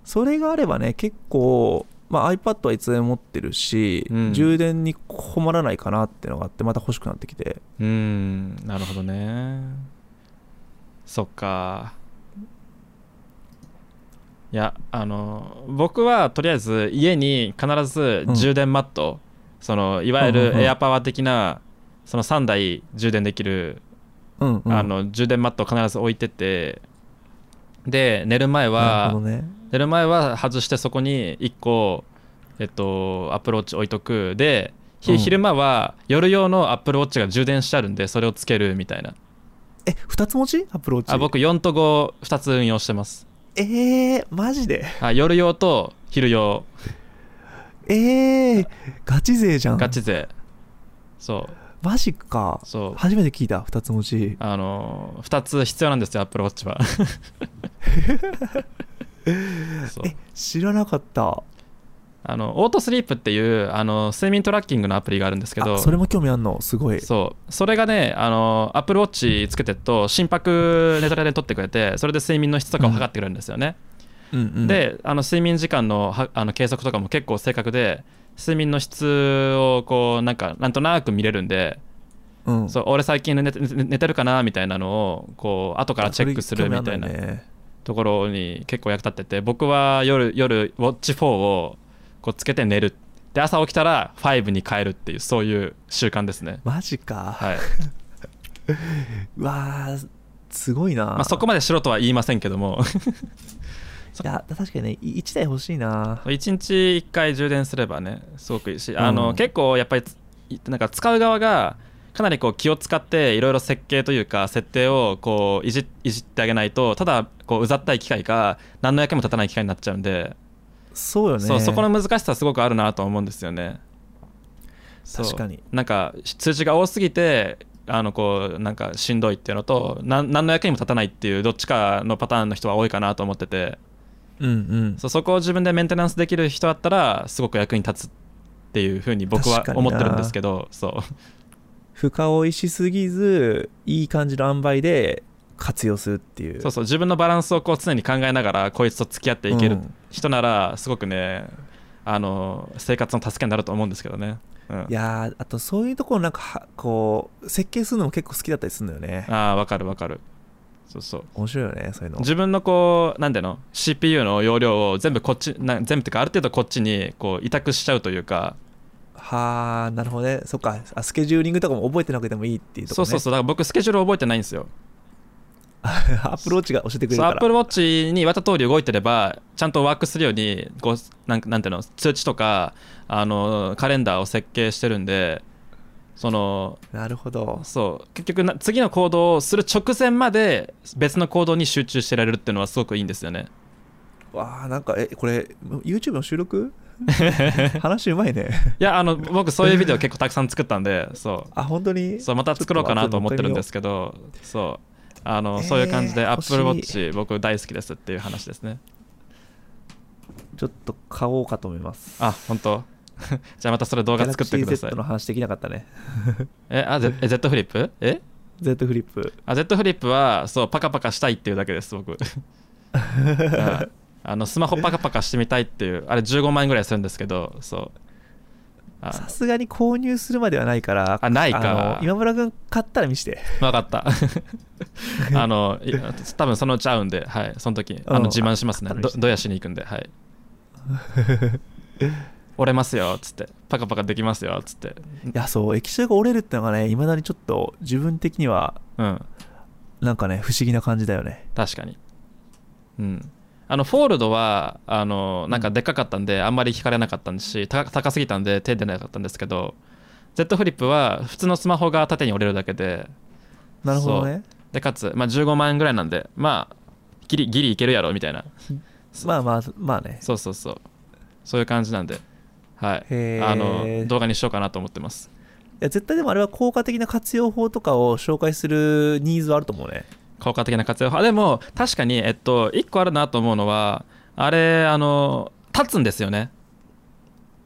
B: それがあればね結構、まあ、iPad はいつでも持ってるし、
A: うん
B: 充電に困らないかなってのがあってまた欲しくなってきて
A: うーんなるほどねそっかいやあの僕はとりあえず家に必ず充電マット、そのいわゆ
B: うんうん
A: る
B: うん
A: エアパワー的なその3台充電できる
B: うん、うん、
A: あの充電マットを必ず置いててで寝る前
B: なる
A: は
B: ほどね
A: 出る前は外してそこに1個、えっと、アップルウォッチ置いとくで、ひ
B: うん
A: 昼間は夜用のアップルウォッチが充電してあるんでそれをつけるみたいな
B: え二つ持ちアプローチ
A: あ僕4と52つ運用してます
B: えー、マジで
A: あ夜用と昼用
B: えー、ガチ勢じゃん
A: ガチ勢そう
B: マジか
A: そう
B: 初めて聞いた二つ持ち [LAUGHS]
A: あの2つ必要なんですよアップルウォッチはそう
B: え知らなかった
A: あのオートスリープっていうあの睡眠トラッキングのアプリがあるんですけど
B: あそれも興味あんのすごい
A: そうそれがねあのアップルウォッチつけてると心拍ネタで取ってくれてそれで睡眠の質とかを測ってくれるんですよね、
B: うんうん、
A: であの睡眠時間のはあの計測とかも結構正確で睡眠の質をこうなんかなんとなく見れるんで、
B: うん、
A: そう俺最近寝て寝寝てるかなみたいなのをこう後からチェックするみたいな
B: それ興味あんのよね
A: ところに結構役立ってて僕は夜夜ウォッチ4をこうつけて寝るで朝起きたら5に変えるっていうそういう習慣ですね
B: マジか、 [LAUGHS]
A: はい、
B: うわーすごいな、
A: まあ、そこまでしろとは言いませんけど
B: [LAUGHS]
A: も
B: いや確かにねい一台欲しいな
A: 1日1回充電すればねすごくいいしあの、
B: うん
A: 結構やっぱりつなんか使う側がかなりこう気を使っていろいろ設計というか設定をこういじいじってあげないとただこううざったい機械が何の役にも立たない機械になっちゃうんで
B: そうよね
A: そうそこの難しさすごくあるなと思うんですよねそう
B: 確かに
A: なんか通知が多すぎてあのこうなんかしんどいっていうのとなん何の役にも立たないっていうどっちかのパターンの人は多いかなと思ってて
B: うんうん
A: そうそこを自分でメンテナンスできる人だったらすごく役に立つっていうふうに僕は
B: 確かにな
A: 思ってるんですけどそう
B: 負荷を意しすぎずいい感じの塩梅で活用するっていう
A: そうそう自分のバランスをこう常に考えながらこいつと付き合っていける
B: うん
A: 人ならすごくねあの生活の助けになると思うんですけどね、うん、
B: いやーあとそういうところなんかはこう設計するのも結構好きだったりするのよね
A: ああわかるわかるそうそう
B: 面白いよねそういうの
A: 自分のこうなんていうの CPU の容量を全部こっちな全部っていうかある程度こっちにこう委託しちゃうというか
B: はあなるほどねそっかあスケジューリングとかも覚えてなくてもいいっていうとこ
A: そう
B: ろ、ね、
A: そうそうだから僕スケジュール覚えてないんですよ
B: [LAUGHS] アップローチが教えてくれる
A: そう
B: か
A: ア
B: ら
A: ップルウォッチに言われた通り動いてればちゃんとワークするようにこうなんなんていうの通知とかあのカレンダーを設計してるんでその
B: なるほど
A: そう結局な次の行動をする直前まで別の行動に集中してられるっていうのはすごくいいんですよね
B: [LAUGHS] わあなんかえこれ YouTube の
A: [LAUGHS]
B: 収録話うまいね
A: いやあの僕そういうビデオ結構たくさん作ったんでそう
B: あ本当に
A: そうまた作ろうかなと思ってるんですけどそうあの、そういう感じで
B: えー
A: Apple
B: 欲し
A: Watch 僕大好きですっていう話ですね
B: ちょっと買おうかと思います
A: あ本当 [LAUGHS] じゃあまたそれ動画作ってください
B: Galaxy Z の話できなかったね [LAUGHS]
A: えあ Z, え Z フリップえ
B: Z フリップ
A: あ Z フリップはそうパカパカしたいっていうだけです
B: [LAUGHS]
A: 僕はいあのスマホパカパカしてみたいっていうあれ15万円ぐらいするんですけどそうあ
B: さすがに購入するまではないから
A: あないか
B: の今村君買ったら見して
A: 分かった
B: [LAUGHS]
A: あのい多分そのうち会うんではいその時あ
B: うん
A: の自慢しますね
B: あ
A: どどやしに行くんではい折れますよっつってパカパカできますよっつって
B: [LAUGHS] いやそう液晶が折れるってのがねいまだにちょっと自分的には
A: うん
B: なんかね不思議な感じだよね
A: 確かにうんあのフォールドはあのなんかでっかかったんであんまり引かれなかったんですした高すぎたんで手出なかったんですけど Z フリップは普通のスマホが縦に折れるだけで
B: なるほどね
A: でかつ、まあ、15万円ぐらいなんでまあギリギリいけるやろみたいな
B: まあまあまあね
A: そうそうそうそういう感じなんでは
B: へ
A: い
B: ー
A: あの動画にしようかなと思ってます
B: いや絶対でもあれは効果的な活用法とかを紹介するニーズはあると思うね
A: 効果的な活用法あでも確かにえっと1個あるなと思うのはあれあの立つんですよね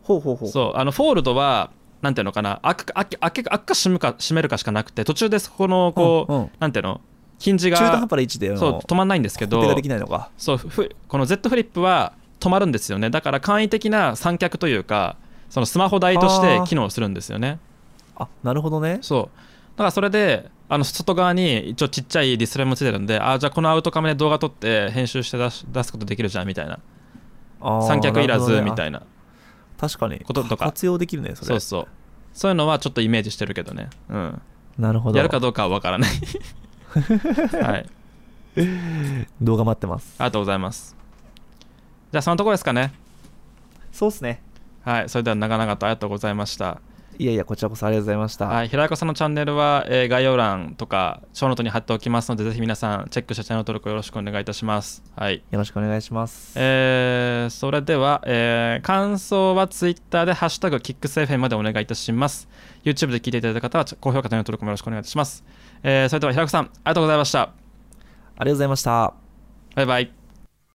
B: ほうほうほ
A: そうあのフォールドはなんていうのかな開く開け開け開くか閉むか閉めるかしかなくて途中でそこのこう、
B: うんうん
A: なんていうのヒンジ
B: 中
A: が
B: 途半端な位置で
A: そう止まんないんですけ
B: 固定が
A: ど
B: できないのか
A: そうふこの Z フリップは止まるんですよねだから簡易的な三脚というかそのスマホ台として機能するんですよね
B: あなるほどね
A: そうだからそれであの外側に一応ちっちゃいディスプレイもついてるんであーじゃあこのアウトカメで動画撮って編集して出し出すことできるじゃんみたいな
B: あー
A: 三脚いらずみ
B: なるほどね
A: たいな
B: あ確かに
A: こととか
B: 活用できるねそれ
A: そうそうそういうのはちょっとイメージしてるけどねうん
B: なるほど
A: やるかどうかは分からないはい
B: [LAUGHS] 動画待ってます
A: ありがとうございますじゃあそのとこですかね
B: そうですね。
A: はいそれでは長々とありがとうございました
B: いやいや、こちらこそありがとうございました。
A: はい、平岡さんのチャンネルは、えー概要欄とかショーノートに貼っておきますのでぜひ皆さんチェックしてチャンネル登録よろしくお願いいたしますはい
B: よろしくお願いします。
A: えーそれでは、えー感想はツイッターで「ハッシュタグキックス FM」までお願いいたします YouTube で聞いていただいた方は高評価チャンネル登録もよろしくお願いいたします、えーそれでは平岡さんありがとうございました
B: ありがとうございました。
A: バイバイ